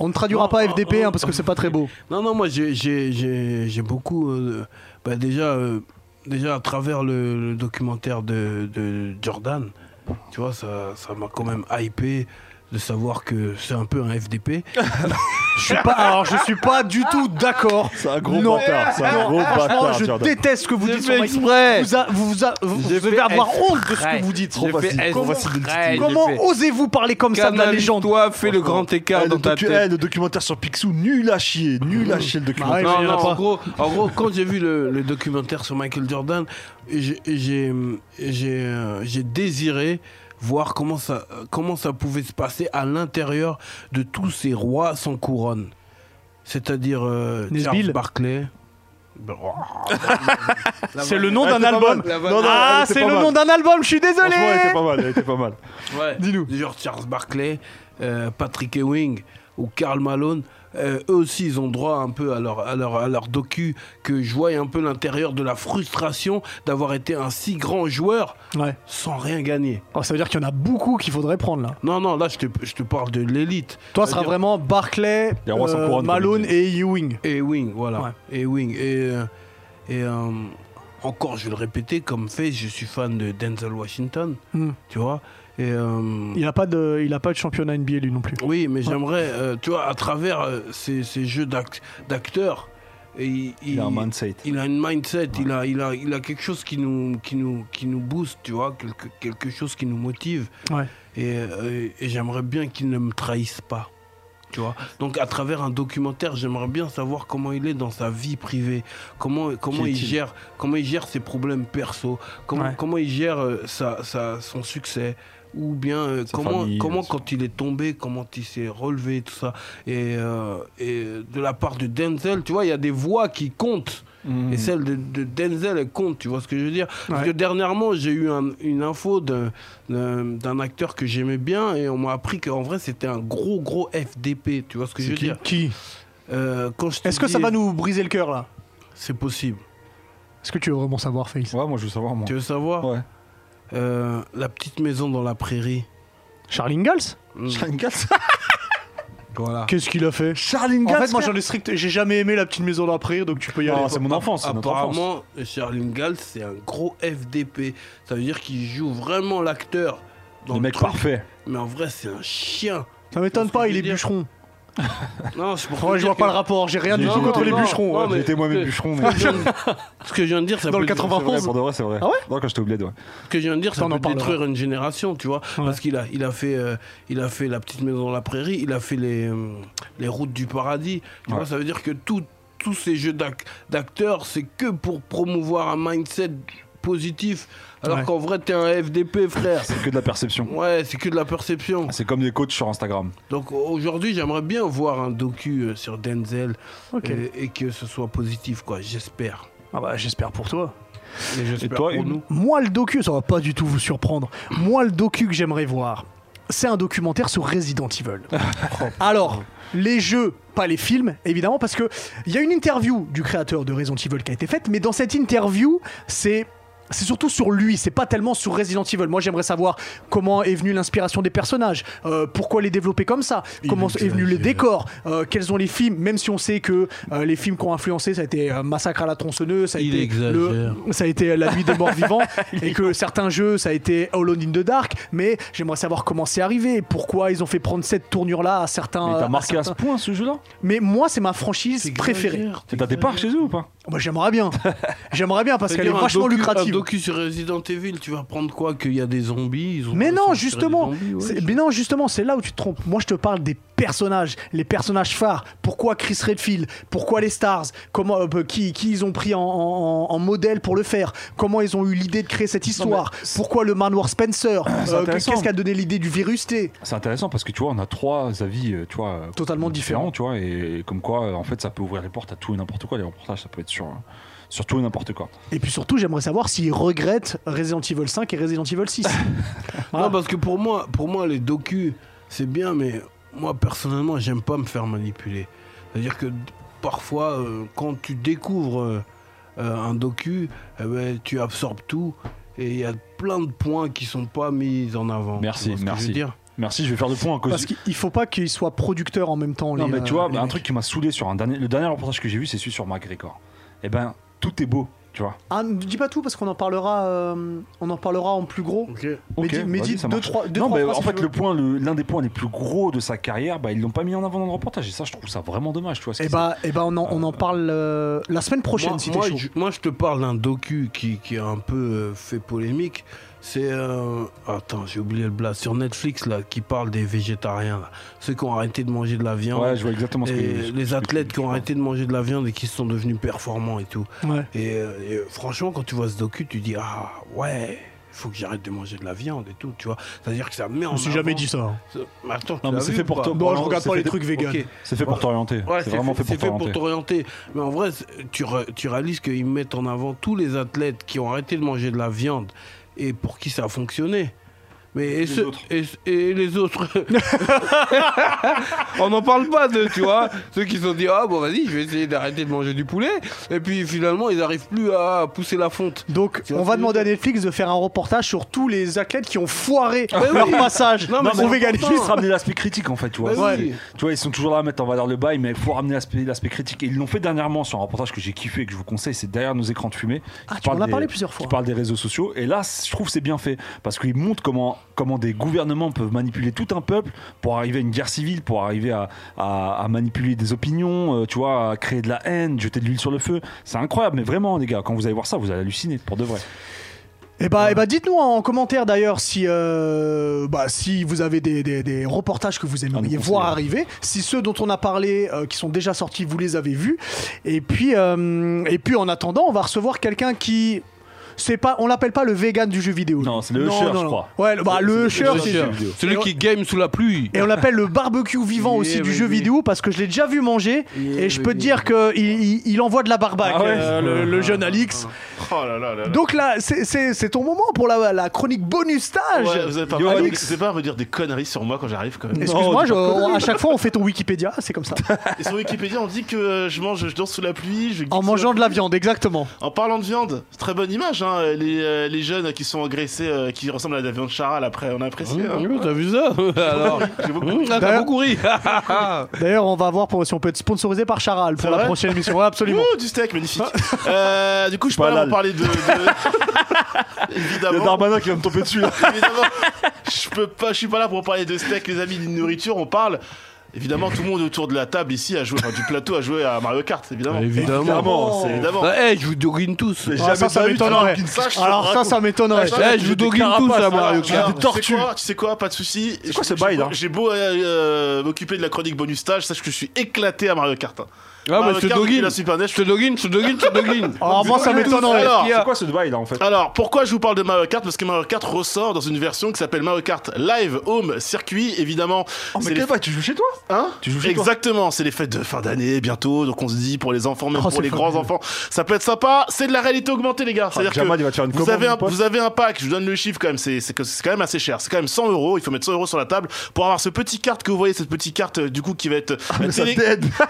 S1: On ne traduira
S7: Non,
S1: pas
S7: un-
S1: FDP hein,
S7: un-
S1: parce que c'est pas très beau.
S7: Non, non, moi j'ai- j'ai j'ai- j'ai beaucoup. euh, bah, déjà, euh, déjà, à travers le, le documentaire de, de Jordan, tu vois, ça ça m'a quand même hypé de savoir que c'est un peu un FDP.
S1: Je suis pas, alors, je suis pas du tout d'accord.
S2: C'est un gros
S1: Non.
S2: bâtard. C'est un gros
S1: Franchement,
S2: bâtard.
S1: je
S2: Jordan.
S1: déteste ce que vous
S7: J'ai
S1: dites.
S7: fait
S1: sur Mike.
S7: exprès.
S1: Vous, a- vous, vous a- vous- vous
S7: J'ai
S1: devez
S7: fait
S1: avoir
S7: exprès.
S1: honte de ce que vous dites.
S7: J'ai fait
S1: Comment,
S7: exprès,
S1: comment
S7: j'ai fait.
S1: osez-vous parler comme ça de la légende
S7: Toi, fais le grand écart
S2: Eh,
S7: dans
S2: le,
S7: ta
S2: docu-
S7: tête.
S2: eh, le documentaire sur Picsou, nul à chier, nul à chier le documentaire.
S1: Ah Ouais,
S7: Non,
S1: mais il y en a
S7: non,
S1: pas.
S7: en, gros, en gros, quand j'ai vu le, le documentaire sur Michael Jordan, j'ai- j'ai j'ai, euh, j'ai désiré voir comment ça, comment ça pouvait se passer à l'intérieur de tous ces rois sans couronne. C'est-à-dire euh, Charles
S1: Nesbill.
S7: Barclay.
S1: C'est le nom
S2: Ah,
S1: d'un
S2: t'es pas
S1: album.
S2: mal. Non, non,
S1: Ah,
S2: elle était
S1: c'est
S2: pas
S1: le
S2: mal.
S1: nom d'un album, je suis désolé.
S2: Franchement, elle était pas mal, elle était pas mal.
S7: Dis-nous. Genre Charles Barclay, euh, Patrick Ewing ou Karl Malone. euh, eux aussi, ils ont droit un peu à leur, à leur, à leur docu que je voyais un peu l'intérieur de la frustration d'avoir été un si grand joueur
S1: Ouais.
S7: sans rien gagner.
S1: Oh, ça veut dire qu'il y en a beaucoup qu'il faudrait prendre là.
S7: Non, non, là, je te, je te parle de l'élite.
S1: Toi, ce sera vraiment Barclay,
S2: Les rois sans
S1: euh,
S2: couronne, comme
S1: Malone
S2: il
S1: et Ewing.
S7: Ewing, voilà. Ewing. Et, euh, Et euh, encore, je vais le répéter, comme fait, je suis fan de Denzel Washington,
S1: Hmm.
S7: tu vois. Et, euh,
S1: Il a pas de, il a pas de championnat NBA lui non plus.
S7: Oui, mais j'aimerais, euh, tu vois, à travers euh, ces, ces jeux d'ac- d'acteurs, et il,
S2: Il a un
S7: il-
S2: mindset.
S7: il a une mindset, il, a, il, a, il a quelque chose qui nous, qui nous, qui nous booste, tu vois, quelque, quelque chose qui nous motive.
S1: Ouais.
S7: Et, euh, et j'aimerais bien qu'il ne me trahisse pas. Tu vois Donc à travers un documentaire, j'aimerais bien savoir comment il est dans sa vie privée, comment, comment,
S2: Qui
S7: il,
S2: est-il
S7: gère, comment il gère ses problèmes perso, comment,
S1: Ouais.
S7: comment il gère euh, sa, sa- son succès, ou bien euh,
S2: Sa
S7: comment,
S2: famille,
S7: comment
S2: son-
S7: quand il est tombé, comment il s'est relevé, tout ça. Et, euh, et de la part de Denzel, tu vois, il y a des voix qui comptent. Et celle de, de Denzel, elle compte, tu vois ce que je veux dire Parce
S1: Mhm. Ouais.
S7: que dernièrement, j'ai eu un- une info d'un d'un- d'un acteur que j'aimais bien et on m'a appris qu'en vrai, c'était un gros, gros FDP, tu vois ce que je veux dire
S1: Qui
S7: Euh, quand je te
S1: Est-ce que
S7: dis-
S1: ça va nous briser le cœur là
S7: C'est possible.
S1: Est-ce que tu veux vraiment savoir, Face
S2: Ouais, moi je veux savoir moi.
S7: Tu veux savoir
S2: Ouais.
S7: Euh, La petite maison dans la prairie.
S1: Charlie Ingalls
S7: Mm.
S2: Voilà.
S1: Qu'est-ce qu'il a fait
S2: Charlie
S1: En fait, moi j'en ai strict. J'ai jamais aimé la petite maison d'après, donc tu peux y aller.
S2: Ah, c'est mon enfance, c'est notre enfance.
S7: Apparemment, Charlie Ingalls, c'est un gros FDP. Ça veut dire qu'il joue vraiment l'acteur. dans
S2: Le mec
S7: truc.
S2: parfait.
S7: Mais en vrai, c'est un chien.
S1: Ça m'étonne
S7: Parce que
S1: pas,
S7: je
S1: il
S7: veux
S1: est
S7: dire-
S1: bûcheron.
S7: Non, c'est pour te
S1: Ouais, je
S7: dire
S1: vois pas
S7: que-
S1: le rapport, j'ai rien du
S2: Non,
S1: tout contre les
S7: non,
S1: bûcherons.
S7: non,
S1: ouais.
S7: mais-
S2: J'ai été moi-même
S7: que-
S2: bûcheron, mais.
S7: Ce que je viens de- ce que je viens de dire, ça
S1: Dans
S7: peut
S1: le
S7: dé-
S1: 91.
S2: C'est vrai, pour de vrai, c'est vrai.
S1: Ah ouais
S2: Non, quand j'étais au bled, ouais.
S7: Ce que je viens de dire, ça
S1: Ça, on en
S7: peut
S1: parlera.
S7: détruire une génération, tu vois. Parce qu'il a, il a fait, euh, il a fait la petite maison dans la prairie, il a fait les, euh, les routes du paradis. Tu
S2: Ouais.
S7: vois, ça veut dire que tout- tous ces jeux d'ac- d'acteurs, c'est que pour promouvoir un mindset positif. Alors
S1: Ouais.
S7: qu'en vrai, t'es un FDP,
S1: Ah,
S7: frère.
S2: C'est que de la perception.
S7: Ouais, c'est que de la perception.
S2: C'est comme des coachs sur Instagram.
S7: Donc aujourd'hui, j'aimerais bien voir un docu euh, sur Denzel euh,
S1: Ok.
S7: et, et que ce soit positif, quoi. J'espère.
S1: Ah bah j'espère pour toi.
S7: Et j'espère
S2: toi,
S7: pour
S2: Hugo
S7: nous.
S1: Moi, le docu, ça va pas du tout vous surprendre. Moi, le docu que j'aimerais voir, c'est un documentaire sur Resident Evil.
S7: Oh.
S1: Alors, les jeux, pas les films, évidemment, parce que il y a une interview du créateur de Resident Evil qui a été faite, mais dans cette interview, c'est c'est surtout sur lui, c'est pas tellement sur Resident Evil. Moi, j'aimerais savoir comment est venue l'inspiration des personnages, euh, pourquoi les développer comme ça, comment est venu le décor, euh, quels ont les films, même si on sait que euh, les films qui ont influencé, ça a été euh, Massacre à la tronçonneuse, ça a
S7: Il
S1: été
S7: exagère.
S1: le- ça a été La Nuit des Morts Vivants et que certains jeux ça a été Alone in the Dark mais j'aimerais savoir comment c'est arrivé pourquoi ils ont fait prendre cette tournure là à certains
S2: Mais
S1: Ah, à
S2: t'as marqué à ce
S1: certains-
S2: point ce jeu-là
S1: mais moi c'est ma franchise préférée
S7: Exagère,
S2: Et T'as des parts chez eux ou pas
S1: moi j'aimerais bien j'aimerais bien parce qu'elle est
S7: C'est-à-dire un
S1: vachement
S7: docu-
S1: lucrative
S7: Un docu sur Resident Evil, tu vas prendre quoi Qu'il y a des zombies ils ont
S1: mais
S7: ils
S1: non
S7: sont sur
S1: justement
S7: des zombies, ouais.
S1: c'est- mais non justement c'est là où tu te trompes moi je te parle des personnages les personnages phares pourquoi Chris Redfield pourquoi les stars comment euh, qui, qui ils ont pris en, en- en- en modèle pour le faire comment ils ont eu l'idée de créer cette histoire pourquoi le manoir Spencer
S2: Ah, C'est
S1: Euh,
S2: intéressant.
S1: qu'est-ce qui a donné l'idée du virus T
S2: C'est intéressant parce que tu vois, on a trois avis, euh, tu vois, euh,
S1: Totalement différents.
S2: tu vois, et, et comme quoi, euh, en fait, ça peut ouvrir les portes à tout et n'importe quoi. Les reportages, ça peut être sur, euh, sur tout et n'importe quoi.
S1: Et puis surtout, j'aimerais savoir s'ils regrettent Resident Evil 5 et Resident Evil 6. Voilà.
S7: Non,
S2: bah,
S7: parce que pour moi, pour moi les docus, c'est bien, mais moi, personnellement, j'aime pas me faire manipuler. C'est-à-dire que d- parfois, euh, quand tu découvres euh, euh, un docu, eh ben, tu absorbes tout et il y a plein de points qui sont pas mis en avant.
S2: Merci,
S7: Tu vois ce que
S2: merci.
S7: je veux dire
S2: Merci, je vais faire le point à cause.
S1: Parce
S2: du-
S1: qu'il faut pas qu'ils soient producteurs en même temps.
S2: Non,
S1: les,
S2: mais tu
S1: euh,
S2: vois, bah,
S1: les
S2: un
S1: mecs.
S2: truc qui m'a saoulé sur un dernier, le dernier reportage que j'ai vu, c'est celui sur McGregor. Eh ben, tout est beau, tu vois.
S1: Ah, ne dis pas tout parce qu'on en parlera, euh, on en parlera en plus gros.
S7: Ok.
S1: Mais
S2: Ok,
S1: dis- mais
S2: vas-y,
S1: dis
S2: ça
S1: deux,
S2: marche.
S1: trois- deux,
S2: Non,
S1: trois
S2: mais
S1: phrases,
S2: en
S1: si tu
S2: fait,
S1: veux.
S2: le point, le- l'un des points les plus gros de sa carrière, bah, ils l'ont pas mis en avant dans le reportage. Et ça, je trouve ça vraiment dommage, tu vois. ce
S1: Et
S2: qui-
S1: bah, et bah on, en, on en parle euh, la semaine prochaine
S7: moi,
S1: si t'es
S7: moi,
S1: chaud.
S7: je, moi, je te parle d'un docu qui, qui a un peu euh, fait polémique. C'est. euh, Attends, j'ai oublié le blast. Sur Netflix, là, qui parle des végétariens, là. Ceux qui ont arrêté de manger de la viande.
S2: Ouais, je vois exactement ce que
S7: et
S2: ce que- ce
S7: les
S2: que-
S7: athlètes qui ont arrêté de manger de la viande et qui sont devenus performants et tout.
S1: Ouais.
S7: Et, euh, et, euh, franchement, quand tu vois ce docu, tu dis Ah, ouais, faut que j'arrête de manger de la viande et tout, tu vois. C'est-à-dire que ça met
S1: Je
S7: en.
S1: me suis
S7: avant-
S1: jamais dit ça. hein.
S7: Ce- Mais attends,
S2: Non, mais c'est fait pour toi.
S1: Non, je
S2: non,
S1: regarde
S2: c'est
S1: pas
S2: fait
S1: les
S2: des-
S1: trucs vegan.
S2: C'est fait pour
S7: Ouais.
S2: t'orienter.
S7: Ouais,
S2: c'est vraiment fait pour
S7: c'est
S2: t'orienter.
S7: t'orienter. Mais en vrai, c'est- tu, re- tu réalises qu'ils mettent en avant tous les athlètes qui ont arrêté de manger de la viande et pour qui ça a fonctionné. Mais et,
S2: Les
S7: ce-
S2: autres.
S7: et- et les autres On n'en parle pas de, tu vois, ceux qui se sont dit ah bon vas-y, je vais essayer d'arrêter de manger du poulet et puis finalement ils n'arrivent plus à pousser la fonte.
S1: Donc,
S7: Tu vois
S1: on
S7: ce que
S1: va
S7: je
S1: demander à
S7: veux
S1: Netflix de faire un reportage sur tous les athlètes qui ont foiré
S7: Ah oui,
S1: leur
S7: oui.
S1: passage
S7: Non, mais
S1: au
S7: c'est
S1: véganisme.
S2: Juste ramener l'aspect critique en fait, tu vois.
S7: Bah oui.
S2: Tu vois, ils sont toujours là à mettre en valeur le bail, mais il faut ramener l'aspect l'aspect critique. Et ils l'ont fait dernièrement sur un reportage que j'ai kiffé et que je vous conseille, c'est derrière nos écrans de fumée.
S1: Ah,
S2: Qui
S1: tu en
S2: parle
S1: as
S2: des-
S1: parlé plusieurs fois.
S2: Qui parle des réseaux sociaux. Et là, c- je trouve que c'est bien fait parce qu'ils montrent comment, comment des gouvernements peuvent manipuler tout un peuple pour arriver à une guerre civile, pour arriver à, à- à manipuler des opinions, euh, tu vois, à créer de la haine, jeter de l'huile sur le feu. C'est incroyable, mais vraiment, les gars, quand vous allez voir ça, vous allez halluciner pour de vrai.
S1: Et bah, dites-nous en commentaire d'ailleurs si, euh, bah, si vous avez des, des- des reportages que vous aimeriez
S2: nous
S1: voir arriver, si ceux dont on a parlé euh, qui sont déjà sortis, vous les avez vus. Et puis, euh, et puis en attendant, on va recevoir quelqu'un qui. C'est pas, on l'appelle pas le vegan du jeu vidéo.
S2: Non, c'est le usher, je crois.
S1: Ouais, le, bah, le usher, c'est
S2: usher.
S7: Celui qui game sous la pluie.
S1: Et on l'appelle le barbecue vivant
S7: Yeah,
S1: aussi du
S7: baby.
S1: jeu vidéo parce que je l'ai déjà vu manger
S7: Yeah,
S1: et je peux te
S7: baby.
S1: dire que il, il- il envoie de la barbaque,
S2: Ah ouais
S1: euh, le, le jeune Alix.
S9: Oh là là là là.
S1: Donc là, c'est- c'est c'est ton moment pour la, la chronique bonus stage.
S9: Ouais, vous avez pas,
S2: Yo,
S9: vous
S2: Alex.
S9: savez pas à me dire des conneries sur moi quand j'arrive quand même.
S1: Excuse-moi, je- on- à chaque fois on fait ton Wikipédia, c'est comme ça.
S9: Et sur Wikipédia, on dit que euh, je mange, je danse sous la pluie, je glisse
S1: En
S9: sous la
S1: mangeant de la
S9: pluie.
S1: viande, exactement.
S9: En parlant de viande, c'est très bonne image, hein, les, euh, les jeunes qui sont engraissés, euh, qui ressemblent à de la viande charal après, on a apprécié. hein.
S7: Mmh, T'as vu ça Alors,
S9: J'ai beaucoup-
S7: mmh, là, t'as
S1: D'ailleurs-
S7: beaucoup ri.
S1: D'ailleurs, on va voir pour- si on peut être sponsorisé par Charal
S9: C'est
S1: pour la
S9: vrai
S1: prochaine émission. Ouais, absolument.
S9: Ouh, du steak, magnifique.
S2: Ah.
S9: Euh, du coup, je suis pas là pour parler de. de-
S2: Le
S9: Évidemment.
S2: Darmanin qui va me tomber dessus là.
S9: Évidemment, je peux pas, je suis pas là pour parler de steak, les amis, d'une nourriture. On parle. Évidemment, tout le monde autour de la table ici a joué, enfin, du plateau a joué à Mario Kart, évidemment.
S2: Clairement,
S9: C'est
S2: c'est
S9: évidemment.
S7: Bah, eh, je vous doguine tous.
S1: Ah, ça, ça m'étonnerait. Alors ça, ça m'étonnerait.
S9: Ah,
S7: Eh, je vous doguine tous à Mario
S9: Alors,
S7: Kart.
S9: tu sais quoi, Tu sais quoi Pas de soucis.
S2: quoi
S9: Je-
S2: ce
S9: j'ai
S2: bail,
S9: beau-
S2: là
S9: J'ai beau euh, euh, m'occuper de la chronique bonus stage, sache que je suis éclaté à Mario Kart. hein.
S1: bah,
S7: Ah, mais
S9: Mario
S7: je te
S9: Kart, depuis
S7: doguine.
S9: la Super NES, je
S7: Je te doguine, je te doguine, je te doguine.
S1: Alors Ah, moi, ça m'étonnerait.
S7: Qu'est-ce
S9: Alors,
S7: qu'il y
S2: C'est
S7: a
S2: quoi ce bail là en fait
S9: Alors, pourquoi je vous parle de Mario Kart Parce que Mario Kart ressort dans une version qui s'appelle Mario Kart Live Home Circuit. Évidemment,
S2: Oh,
S9: c'est les...
S2: tu joues chez toi
S9: Hein
S2: Tu joues chez toi
S9: Exactement, c'est les fêtes de fin d'année bientôt, donc on se dit pour les enfants, même
S1: Oh,
S9: pour
S1: c'est
S9: les
S1: fabuleux.
S9: grands enfants, ça peut être sympa. C'est de la réalité augmentée, les gars. C'est-à-dire
S2: Ah, Jamal,
S9: que
S2: il va te faire une
S9: vous
S2: commande,
S9: avez,
S2: mon
S9: un,
S2: pote.
S9: vous avez un pack. Je vous donne le chiffre quand même. C'est c'est que- c'est quand même assez cher. C'est quand même 100 euros. Il faut mettre 100 euros sur la table pour avoir ce petit carte que vous voyez, cette petite carte euh, du coup qui va être
S2: Ah,
S9: euh, télé-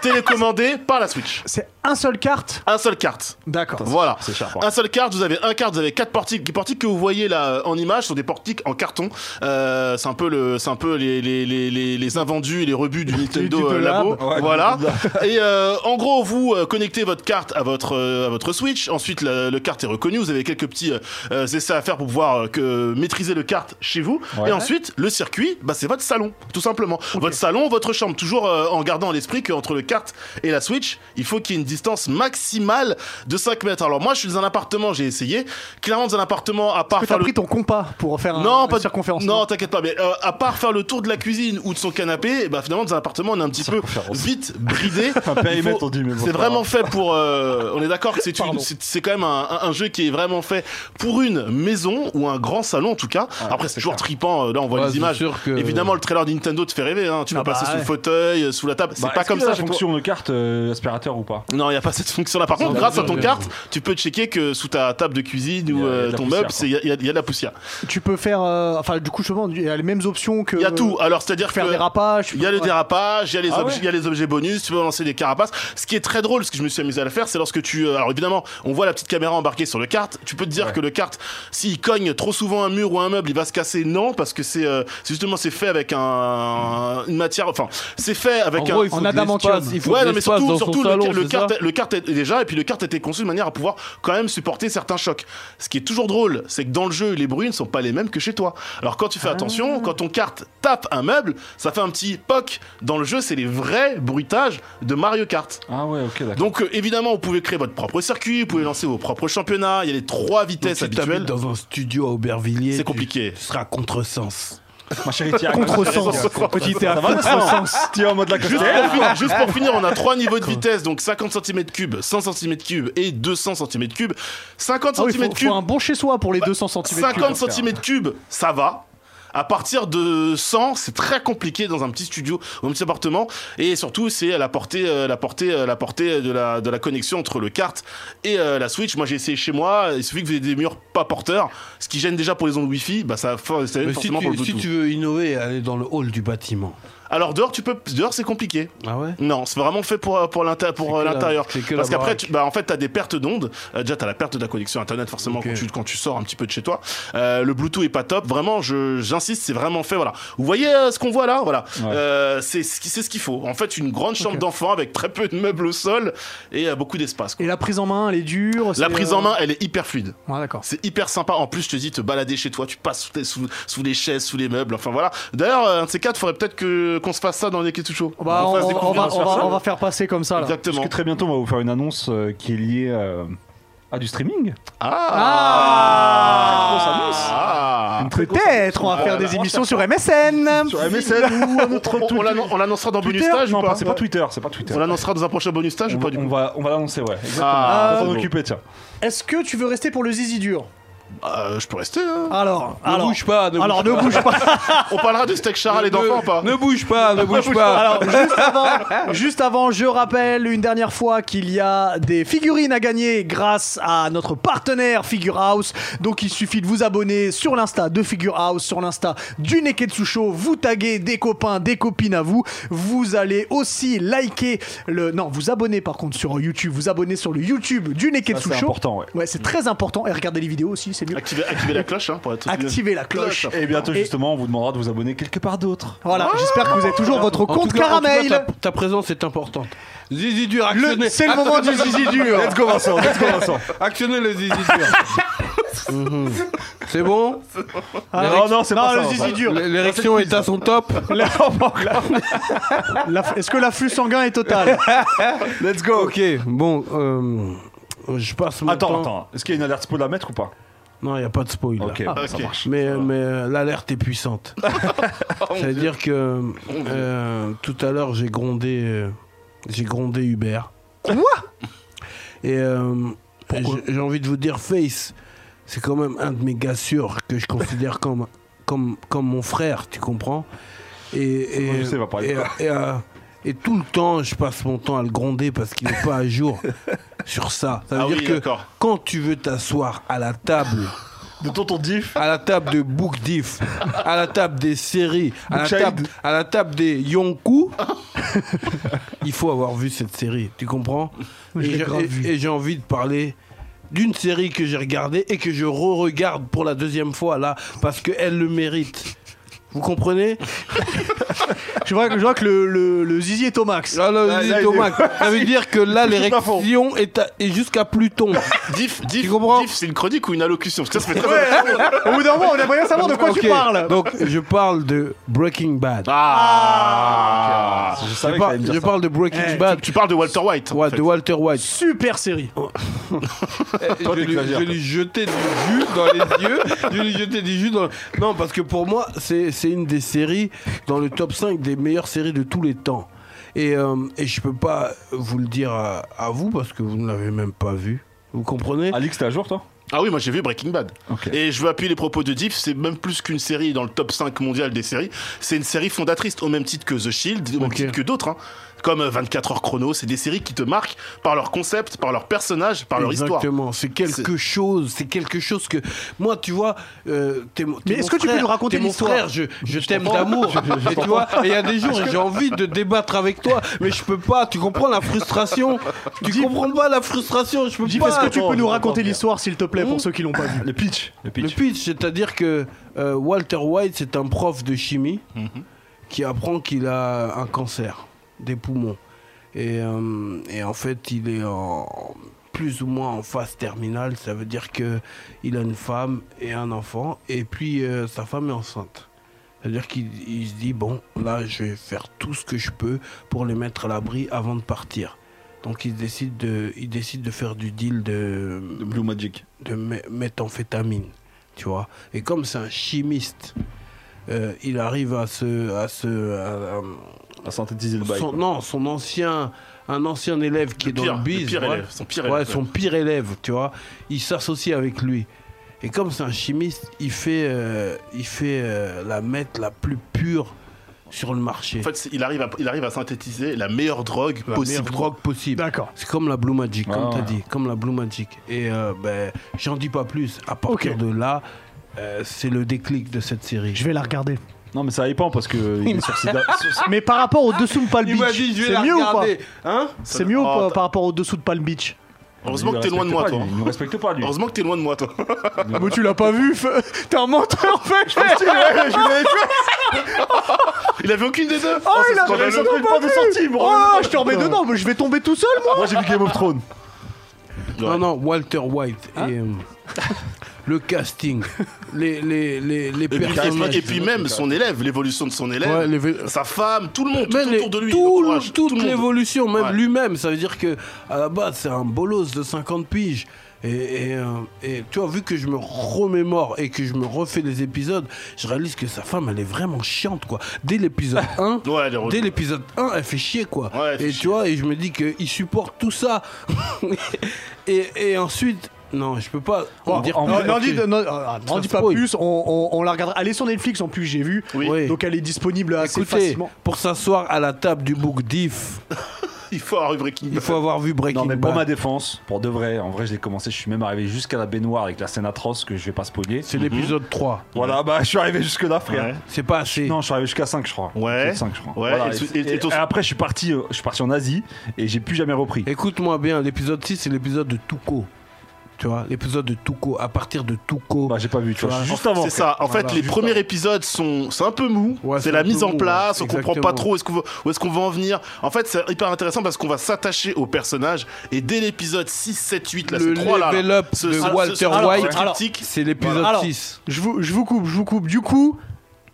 S9: télécommandée par la Switch.
S1: C'est un seul carte.
S9: Un seul carte.
S1: D'accord.
S9: Voilà.
S2: C'est cher, par
S9: Un seul carte, vous avez un carte, vous avez quatre portiques. Les portiques que vous voyez là euh, en image sont des portiques en carton. Euh, c'est un peu le, c'est un peu les les, les, les, les invendus et les rebuts du Nintendo
S1: Nintendo
S9: euh, Labo.
S1: Lab.
S2: Ouais,
S9: voilà. Et euh, en gros, vous euh, connectez votre carte à votre euh, à votre Switch. Ensuite, la- le carte est reconnu. Vous avez quelques petits euh, euh, essais à faire pour pouvoir euh, que maîtriser le carte chez vous.
S2: Ouais.
S9: Et ensuite, le circuit, bah, c'est votre salon, tout simplement. Votre salon, votre chambre. Toujours euh, en gardant à l'esprit qu'entre le carte et la Switch, il faut qu'il y ait une distance maximale de 5 mètres. Alors moi, je suis dans un appartement, j'ai essayé. Clairement, dans un appartement, à part
S1: Parce que t'as
S9: faire le...
S1: pris ton compas pour faire un,
S9: Ah, Non,
S1: une
S9: pas de
S1: circonférence.
S9: Non, t'inquiète pas, mais euh, à part faire le tour de la cuisine ou de son canapé, eh ben, finalement, dans un appartement, on est un petit peu vite bridé.
S2: périmètre,
S9: Il faut-
S2: on dit, mais bon,
S9: c'est
S2: c'est pas
S9: vraiment
S2: grave.
S9: fait pour. euh, on est d'accord que c'est une- c'est c'est quand même un, un- un jeu qui est vraiment fait pour une maison ou un grand salon en tout cas. Après, c'est toujours tripant. euh, Là, on voit
S7: Ouais,
S9: les
S7: c'est
S9: images.
S7: sûr que-
S9: Évidemment, le trailer de Nintendo te fait rêver. hein. Tu
S1: Ah
S9: peux passer
S1: bah,
S9: sous le
S1: ouais.
S9: fauteuil, euh, sous la table. C'est
S2: Bah,
S9: pas
S2: est-ce
S9: comme
S2: qu'il y a
S9: ça.
S2: la
S9: chez toi
S2: fonction de carte euh, aspirateur ou pas
S9: non, il n'y a pas cette fonction-là. Par contre, grâce à ton carte, tu peux checker que sous ta table de cuisine
S2: Il y a- il
S9: ou
S2: y a de
S9: euh,
S2: la
S9: ton
S2: poussière,
S9: meuble, c'est- il y, a- il y a il y a de la poussière.
S1: Tu peux faire. euh, enfin, du coup, je pense, il y a les mêmes options que.
S9: Il y
S2: Euh,
S9: a tout. Alors, c'est-à-dire
S1: Faire
S9: que-
S1: des dérapages.
S9: Il y a le
S1: ouais.
S9: dérapage, il y a les
S2: Ah
S9: objets,
S2: ouais
S9: il y a les objets bonus, tu peux lancer des carapaces. Ce qui est très drôle, ce que je me suis amusé à le faire, c'est lorsque tu, euh, alors évidemment, on voit la petite caméra embarquée sur le carte. Tu peux te dire
S2: Ouais.
S9: que le carte, s'il cogne trop souvent un mur ou un meuble, il va se casser. Non, parce que c'est, euh, c'est justement, c'est fait avec un, une matière, enfin, c'est fait avec
S7: En
S9: un.
S7: gros, il
S1: En
S7: faut de
S1: adamantium.
S7: l'espace, il faut
S9: Ouais,
S7: de
S9: non, mais
S7: l'espace
S9: surtout,
S7: dans
S9: surtout
S7: son
S9: le,
S7: salon,
S9: le
S7: c'est
S9: carte,
S7: ça
S9: le carte est- déjà, et puis le carte a été conçu de manière à pouvoir quand même supporter certains chocs. Ce qui est toujours drôle, c'est que dans le jeu, les bruits ne sont pas les mêmes que chez toi. Alors quand tu fais attention, quand ton carte tape un meuble, ça fait un petit poc. Dans le jeu, c'est les vrais bruitages de Mario Kart.
S2: Ah ouais, ok, d'accord.
S9: Donc euh, évidemment, vous pouvez créer votre propre circuit, vous pouvez lancer vos propres championnats, il y a les trois vitesses
S7: Si t'habites
S9: habituelles.
S7: dans un studio à Aubervilliers,
S9: C'est
S7: tu-
S9: compliqué.
S7: Ce sera contresens.
S2: Ma chérie, tiens,
S1: Contresens. Quand il était à contresens.
S2: T'es en mode la
S9: Juste pour, finir, juste pour finir, on a trois niveaux de vitesse, donc 50 cm3, 100 cm3 et 200 cm3. 50
S1: Ah oui,
S9: cm3, Bah,
S1: faut, faut un bon chez soi pour les 200 cm.
S9: 50 cm3, ça va. À partir de 100, c'est très compliqué dans un petit studio ou un petit appartement. Et surtout, c'est la portée, euh, la portée, euh, la portée de la, de la connexion entre le kart et euh, la Switch. Moi, j'ai essayé chez moi. Il suffit que vous ayez des murs pas porteurs, ce qui gêne déjà pour les ondes Wi-Fi. Bah, ça, for- ça gêne
S7: Mais si
S9: forcément pour le
S7: tu, si
S9: Bluetooth.
S7: tu veux innover, aller dans le hall du bâtiment.
S9: Alors dehors, tu peux. Dehors, c'est compliqué.
S7: Ah ouais
S9: Non, c'est vraiment fait pour, euh, pour l'inté-
S7: C'est
S9: pour
S7: que
S9: euh,
S7: la-
S9: l'intérieur.
S7: c'est que la
S9: Parce qu'après,
S7: baraque.
S9: tu, bah, en fait, t'as des pertes d'ondes. Euh, déjà, t'as la perte de la connexion internet forcément
S7: Ok.
S9: quand, tu, quand tu sors un petit peu de chez toi. Euh, le Bluetooth est pas top. Vraiment, je- j'insiste, c'est vraiment fait. Voilà. Vous voyez euh, ce qu'on voit là, voilà.
S2: Ouais.
S9: Euh, c'est ce qui- c'est ce qu'il faut. En fait, une grande chambre d'enfant avec très peu de meubles au sol et euh, beaucoup d'espace. quoi.
S1: Et la prise en main, elle est dure.
S9: La
S1: c'est,
S9: prise
S1: euh,
S9: en main, elle est hyper fluide.
S1: Ouais, d'accord.
S9: C'est hyper sympa. En plus, je te dis, te balader chez toi, tu passes sous, tes- sous, sous les chaises, sous les meubles. Enfin voilà. D'ailleurs, euh, un de ces quatre, faudrait peut-être que qu'on se fasse ça dans les Ketsu Show.
S1: Bah, on,
S9: fasse
S1: on
S9: découvrir
S1: va,
S9: à
S1: on, va,
S9: personne.
S1: on va faire passer comme ça. Là.
S9: Exactement.
S2: Parce que très bientôt, on va vous faire une annonce euh, qui est liée euh, à du streaming.
S9: Ah, Ah.
S2: Une très grosse
S1: Peut-être on va
S9: Ah,
S1: faire
S9: là,
S1: des émissions sur MSN.
S2: Sur MSN ou un autre
S9: On- on,
S2: truc.
S9: l'annon- on l'annoncera dans bonus
S2: Twitter
S9: stage
S2: Non,
S9: ou pas,
S2: c'est pas Twitter, c'est pas Twitter.
S9: On l'annoncera dans un prochain bonus stage
S2: On,
S9: ou pas du
S2: on
S9: coup
S2: va, on va l'annoncer, ouais. Exactement.
S9: Ah,
S2: on va
S9: c'est
S2: s'en
S9: beau.
S2: occuper, tiens.
S1: Est-ce que tu veux rester pour le zizi dur
S9: Euh, Je peux rester. hein.
S1: Alors,
S3: Ne
S1: alors,
S3: bouge pas, ne
S1: alors
S3: bouge
S1: ne bouge pas.
S9: On parlera de steak char et d'enfants ou
S3: pas.
S9: pas
S3: Ne bouge pas,
S7: Ah,
S3: ne bouge pas.
S1: Alors, juste avant, juste avant, je rappelle une dernière fois qu'il y a des figurines à gagner grâce à notre partenaire Figure House. Donc, il suffit de vous abonner sur l'insta de Figure House, sur l'insta du Neketsu Show. Vous taguez des copains, des copines à vous. Vous allez aussi liker le. Non, vous abonner par contre sur YouTube. Vous abonnez sur le YouTube du Neketsu
S2: c'est
S1: Show.
S2: important, ouais.
S1: Ouais, c'est très important. Et regardez les vidéos aussi, c'est mieux.
S9: Activez, activez la cloche hein, pour être.
S1: Activez la cloche.
S2: Et bientôt,
S1: Et- Oh,
S2: justement, on vous demandera de vous abonner quelque part d'autre.
S1: Voilà, j'espère que vous avez toujours votre
S7: En tout
S1: compte
S7: cas- en tout cas,
S1: caramel.
S7: ta, ta présence est importante. Zizi dur,
S1: Le-
S7: actionnez.
S1: c'est le moment du zizi dur.
S2: Let's go, Vincent, let's go, Vincent.
S7: Actionnez le zizi dur. Mhm. C'est bon
S1: Ah,
S2: Non, non, c'est pas ça.
S1: le zizi dur. Oh,
S7: L'é- L'érection est à son top.
S1: La- Est-ce que l'afflux sanguin est total
S2: Let's go.
S7: Ok, bon, euh, je passe mon
S2: Attends,
S7: temps.
S2: attends. Est-ce qu'il y a une alerte spoil à mettre ou pas
S7: Non, il n'y a pas de spoil. là.
S2: Ok, ça
S9: Ah, ok.
S2: marche. Oh
S7: Mais, euh, mais euh, l'alerte est puissante. C'est-à-dire que euh, tout à l'heure, j'ai grondé, euh, j'ai grondé Uber. Et euh, j'ai- j'ai envie de vous dire, Face, c'est quand même un de mes gars sûrs que je considère comme, comme, comme mon frère, tu comprends et, et,
S2: Moi, je sais pas parler
S7: et,
S2: de quoi.
S7: et, euh, et tout le temps, je passe mon temps à le gronder parce qu'il n'est pas à jour sur ça. Ça veut
S9: Ah
S7: dire
S9: oui,
S7: que
S9: d'accord.
S7: quand tu veux t'asseoir à la table
S2: De tonton Diff.
S7: à la table de Book Diff, à la table des séries, à la
S2: Bookchild.
S7: table, à la table des Yonkou, il faut avoir vu cette série, tu comprends Et
S1: l'ai
S7: j'ai-
S1: grave vu.
S7: Et et j'ai envie de parler d'une série que j'ai regardée et que je re-regarde pour la deuxième fois là, parce qu'elle le mérite. Vous comprenez
S1: je, vois, je vois que le, le- le zizi est au max.
S7: Là, là, dis,
S2: là, il est-
S7: Thomas, ça veut dire que là,
S2: à fond.
S7: l'érection est, à- est jusqu'à Pluton.
S9: Diff, diff,
S7: Tu comprends
S9: diff, c'est une chronique ou une allocution Parce que ça, ça fait très mal.
S1: Au bout d'un moment, on aimerait bien savoir de quoi
S7: Ok,
S1: tu parles.
S7: Donc, je parle de Breaking Bad.
S9: Ah,
S2: Je
S7: je
S2: savais que
S7: par-
S2: t'allais me dire
S7: je
S2: ça.
S7: parle de Breaking
S1: Eh,
S7: Bad.
S9: Tu parles de Walter White. en
S7: Ouais,
S9: fait.
S7: de Walter White.
S1: Super série.
S7: je, lui,
S2: clavière,
S7: je lui jetais du jus dans les yeux. Je lui jetais du jus dans. le- Non, parce que pour moi, c'est c'est une des séries dans le top 5 des meilleures séries de tous les temps. Et, euh, et je peux pas vous le dire à, à vous parce que vous ne l'avez même pas vu. Vous comprenez
S2: Alix, t'es à jour, toi
S9: Ah oui, moi j'ai vu Breaking Bad.
S2: Ok.
S9: Et je veux appuyer les propos de Diff, c'est même plus qu'une série dans le top 5 mondial des séries, c'est une série fondatrice au même titre que The Shield, au même
S7: Ok.
S9: titre que d'autres, hein. comme euh, 24 heures chrono, c'est des séries qui te marquent par leur concept, par leur personnage, par leur histoire.
S7: Exactement. C'est quelque chose. C'est quelque chose que moi, tu vois, euh, t'es mon- t'es
S1: Mais est-ce
S7: mon
S1: que tu peux
S7: frère,
S1: nous raconter
S7: t'es mon
S1: l'histoire
S7: frère, Je, je t'aime d'amour. Et tu vois, et il y a des jours, j'ai envie de débattre avec toi, mais je peux pas. Tu comprends la frustration Tu comprends pas la frustration Je peux
S1: Jif,
S7: pas.
S1: est-ce que tu
S2: attends,
S1: peux nous
S2: je
S1: raconter
S2: comprends bien.
S1: l'histoire, s'il te plaît, pour
S7: Hmm.
S1: ceux qui l'ont pas vu
S2: Le pitch. Le
S7: Le
S2: pitch.
S7: pitch, c'est-à-dire que euh, Walter White, c'est un prof de chimie
S2: Mhm.
S7: qui apprend qu'il a un cancer des poumons. Et, euh, et en fait, il est en, plus ou moins en phase terminale. Ça veut dire que il a une femme et un enfant, et puis euh, sa femme est enceinte. C'est-à-dire qu'il il se dit bon, là, je vais faire tout ce que je peux pour les mettre à l'abri avant de partir. Donc, il décide de, il décide de faire du deal de,
S2: De Blue Magic.
S7: de mé- méthamphétamine, tu vois. Et comme c'est un chimiste, euh, il arrive à se, à se, à-
S2: À synthétiser le
S7: à-
S2: bail.
S7: son, non, son ancien, un ancien élève qui est
S9: Pire,
S7: dans le
S9: le
S7: biz,
S9: pire
S7: ouais.
S9: élève, son pire
S7: Ouais,
S9: élève.
S7: son pire élève, tu vois. Il s'associe avec lui. Et comme c'est un chimiste, il fait, euh, il fait euh, la mettre la plus pure sur le marché.
S9: En fait, c'est- il arrive, à, il arrive à synthétiser la meilleure drogue
S7: la
S9: possible.
S7: meilleure drogue possible.
S1: D'accord.
S7: C'est comme la Blue Magic, comme
S2: Ah.
S7: t'as dit, comme la Blue Magic. Et euh, ben, j'en dis pas plus. À partir
S1: Ok.
S7: de là, euh, c'est le déclic de cette série.
S1: Je vais la regarder.
S2: Non, mais ça dépend parce que il est sur ses da- sur-
S1: Mais par rapport au dessous de Palm
S7: Il m'a
S1: Beach,
S7: dit, je vais
S1: c'est
S7: la
S1: mieux ou pas
S7: regarder. Hein
S1: C'est mieux ou
S9: Oh,
S1: pas
S9: t'as-
S1: par rapport au dessous de Palm Beach
S9: Heureusement
S2: il
S9: que
S2: le
S9: t'es loin de
S2: respecte
S9: moi,
S2: pas,
S9: toi.
S2: lui. Il nous respecte pas, lui.
S9: Heureusement que t'es loin de moi, toi.
S1: Ah, Mais tu l'as pas vu, fe- t'es un menteur en fait.
S9: Il avait aucune des deux.
S1: Oh,
S9: c'est
S1: il a
S9: scandaleux.
S1: raison, pas vu. Oh, je te remets dedans, mais je vais tomber tout seul moi.
S2: Moi, Oh, j'ai vu Game of Thrones.
S7: Non, non, Walter White.
S1: Hein?
S7: et, euh, le casting, les, les, les, les
S9: Et puis,
S7: personnages.
S9: et puis même son élève, l'évolution de son élève,
S7: Ouais, les vé-
S9: sa femme, tout le monde, tout
S7: Même les-
S9: autour de lui.
S7: tout le-
S9: l'entourage,
S7: toute
S9: tout le monde.
S7: l'évolution, même
S9: Ouais.
S7: lui-même, ça veut dire que à la base c'est un bolos de 50 piges. Et, et, euh, et tu vois, vu que je me remémore et que je me refais les épisodes, je réalise que sa femme, elle est vraiment chiante, quoi. Dès l'épisode 1,
S9: Ouais, elle est relou.
S7: dès l'épisode 1, elle fait chier, quoi.
S9: Ouais, elle fait
S7: et
S9: chier.
S7: tu vois, et je me dis qu'il supporte tout ça. et, et ensuite, non, je peux pas en
S2: En-
S7: dire
S2: en-
S7: plus
S1: Non, n'en
S7: parce
S1: dis,
S7: que-
S1: non, ah, n'en
S7: Ça
S1: dis
S7: se
S1: pas
S7: spoil.
S1: plus, on, on- on la regardera. Elle est sur Netflix en plus, j'ai vu.
S9: Oui.
S7: Oui.
S1: Donc elle est disponible assez
S7: Écoutez,
S1: facilement.
S7: pour s'asseoir à la table du book diff,
S9: Il faut avoir Breaking
S7: il faut avoir vu Breaking
S2: Non, mais pour
S7: Bad.
S2: ma défense, pour de vrai, en vrai, je l'ai commencé, je suis même arrivé jusqu'à la baignoire avec la scène atroce que je vais pas spoiler.
S7: C'est l'épisode 3.
S2: Voilà, bah, je suis arrivé jusque-là, frère.
S9: Ouais.
S7: C'est pas assez.
S2: Non, je suis arrivé jusqu'à 5, je crois.
S9: Ouais.
S2: Épisode 5, je crois.
S9: Ouais,
S2: Voilà,
S9: et tu-
S2: et,
S9: et- et ton-
S2: et après, je suis, parti, euh, je suis parti en Asie et j'ai plus jamais repris.
S7: Écoute-moi bien, l'épisode 6, c'est l'épisode de Tuco. Tu vois, l'épisode de Tuco, à partir de Tuco.
S2: Bah, j'ai pas vu, tu vois. je suis juste avant.
S9: C'est ça. En fait,
S7: Voilà,
S9: les
S7: juste
S9: premiers
S7: avant.
S9: épisodes sont, c'est un peu mou.
S7: Ouais,
S9: c'est
S7: c'est
S9: la
S7: un peu
S9: mise en
S7: mou,
S9: place.
S7: ouais.
S9: On comprend pas
S7: Exactement.
S9: trop. Est-ce qu'on veut- où est-ce qu'on va en venir En fait, c'est hyper intéressant parce qu'on va s'attacher au personnage et dès l'épisode 6, 7, 8, là,
S7: Le
S9: c'est 3 là.
S7: level
S9: là,
S7: up de Walter
S9: alors,
S7: White.
S9: ce
S1: Alors,
S9: triptyque,
S7: c'est l'épisode
S1: Alors,
S7: 6.
S1: Je vous, je vous coupe, je vous coupe. Du coup,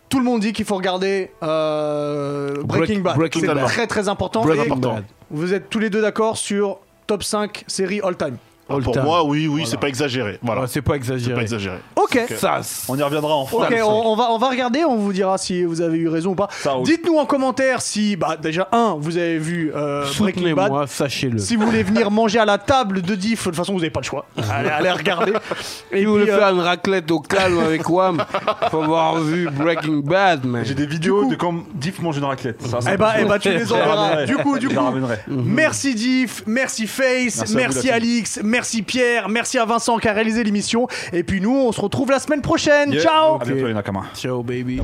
S1: tout le monde dit qu'il faut regarder euh, Breaking Bad.
S7: Breaking
S1: C'est
S9: Bad.
S1: très très important.
S7: Breaking
S1: Et
S9: important.
S7: Bad.
S1: Vous êtes tous les deux d'accord sur top 5 séries all time.
S7: All
S9: Ah, Pour
S7: time.
S9: moi, oui, oui, c'est pas exagéré. Voilà.
S7: Ouais, c'est pas
S9: c'est
S7: exagéré.
S9: pas exagéré.
S1: Ok.
S7: Ça,
S2: On y reviendra en
S1: Ok,
S2: France.
S1: on, on va, on va regarder, on vous dira si vous avez eu raison ou pas.
S2: Ça, oui.
S1: Dites-nous en commentaire si, bah, déjà, un, vous avez vu euh, Breaking Bad.
S7: soutenez-moi, sachez-le.
S1: Si vous voulez venir manger à la table de Diff, de toute façon, vous n'avez pas le choix. Allez, allez regarder.
S7: Et vous voulez
S1: euh,
S7: faire une raclette au calme avec Wam, faut avoir vu Breaking Bad, man.
S2: J'ai des vidéos de quand Diff mange une raclette. Ça, ça-
S1: Eh bah, eh bah, tu les
S2: Je la
S1: enverras.
S2: ramènerai.
S1: Du coup, du
S2: Je la
S1: coup,
S2: ramènerai.
S1: Merci Diff, merci Face,
S2: Merci à
S1: merci,
S2: vous, la
S1: Alix, merci Pierre, merci à Vincent qui a réalisé l'émission. Et puis nous, on se retrouve la semaine prochaine.
S2: Yeah.
S1: Ciao
S2: À bientôt, les Nakamas.
S7: Ciao, baby.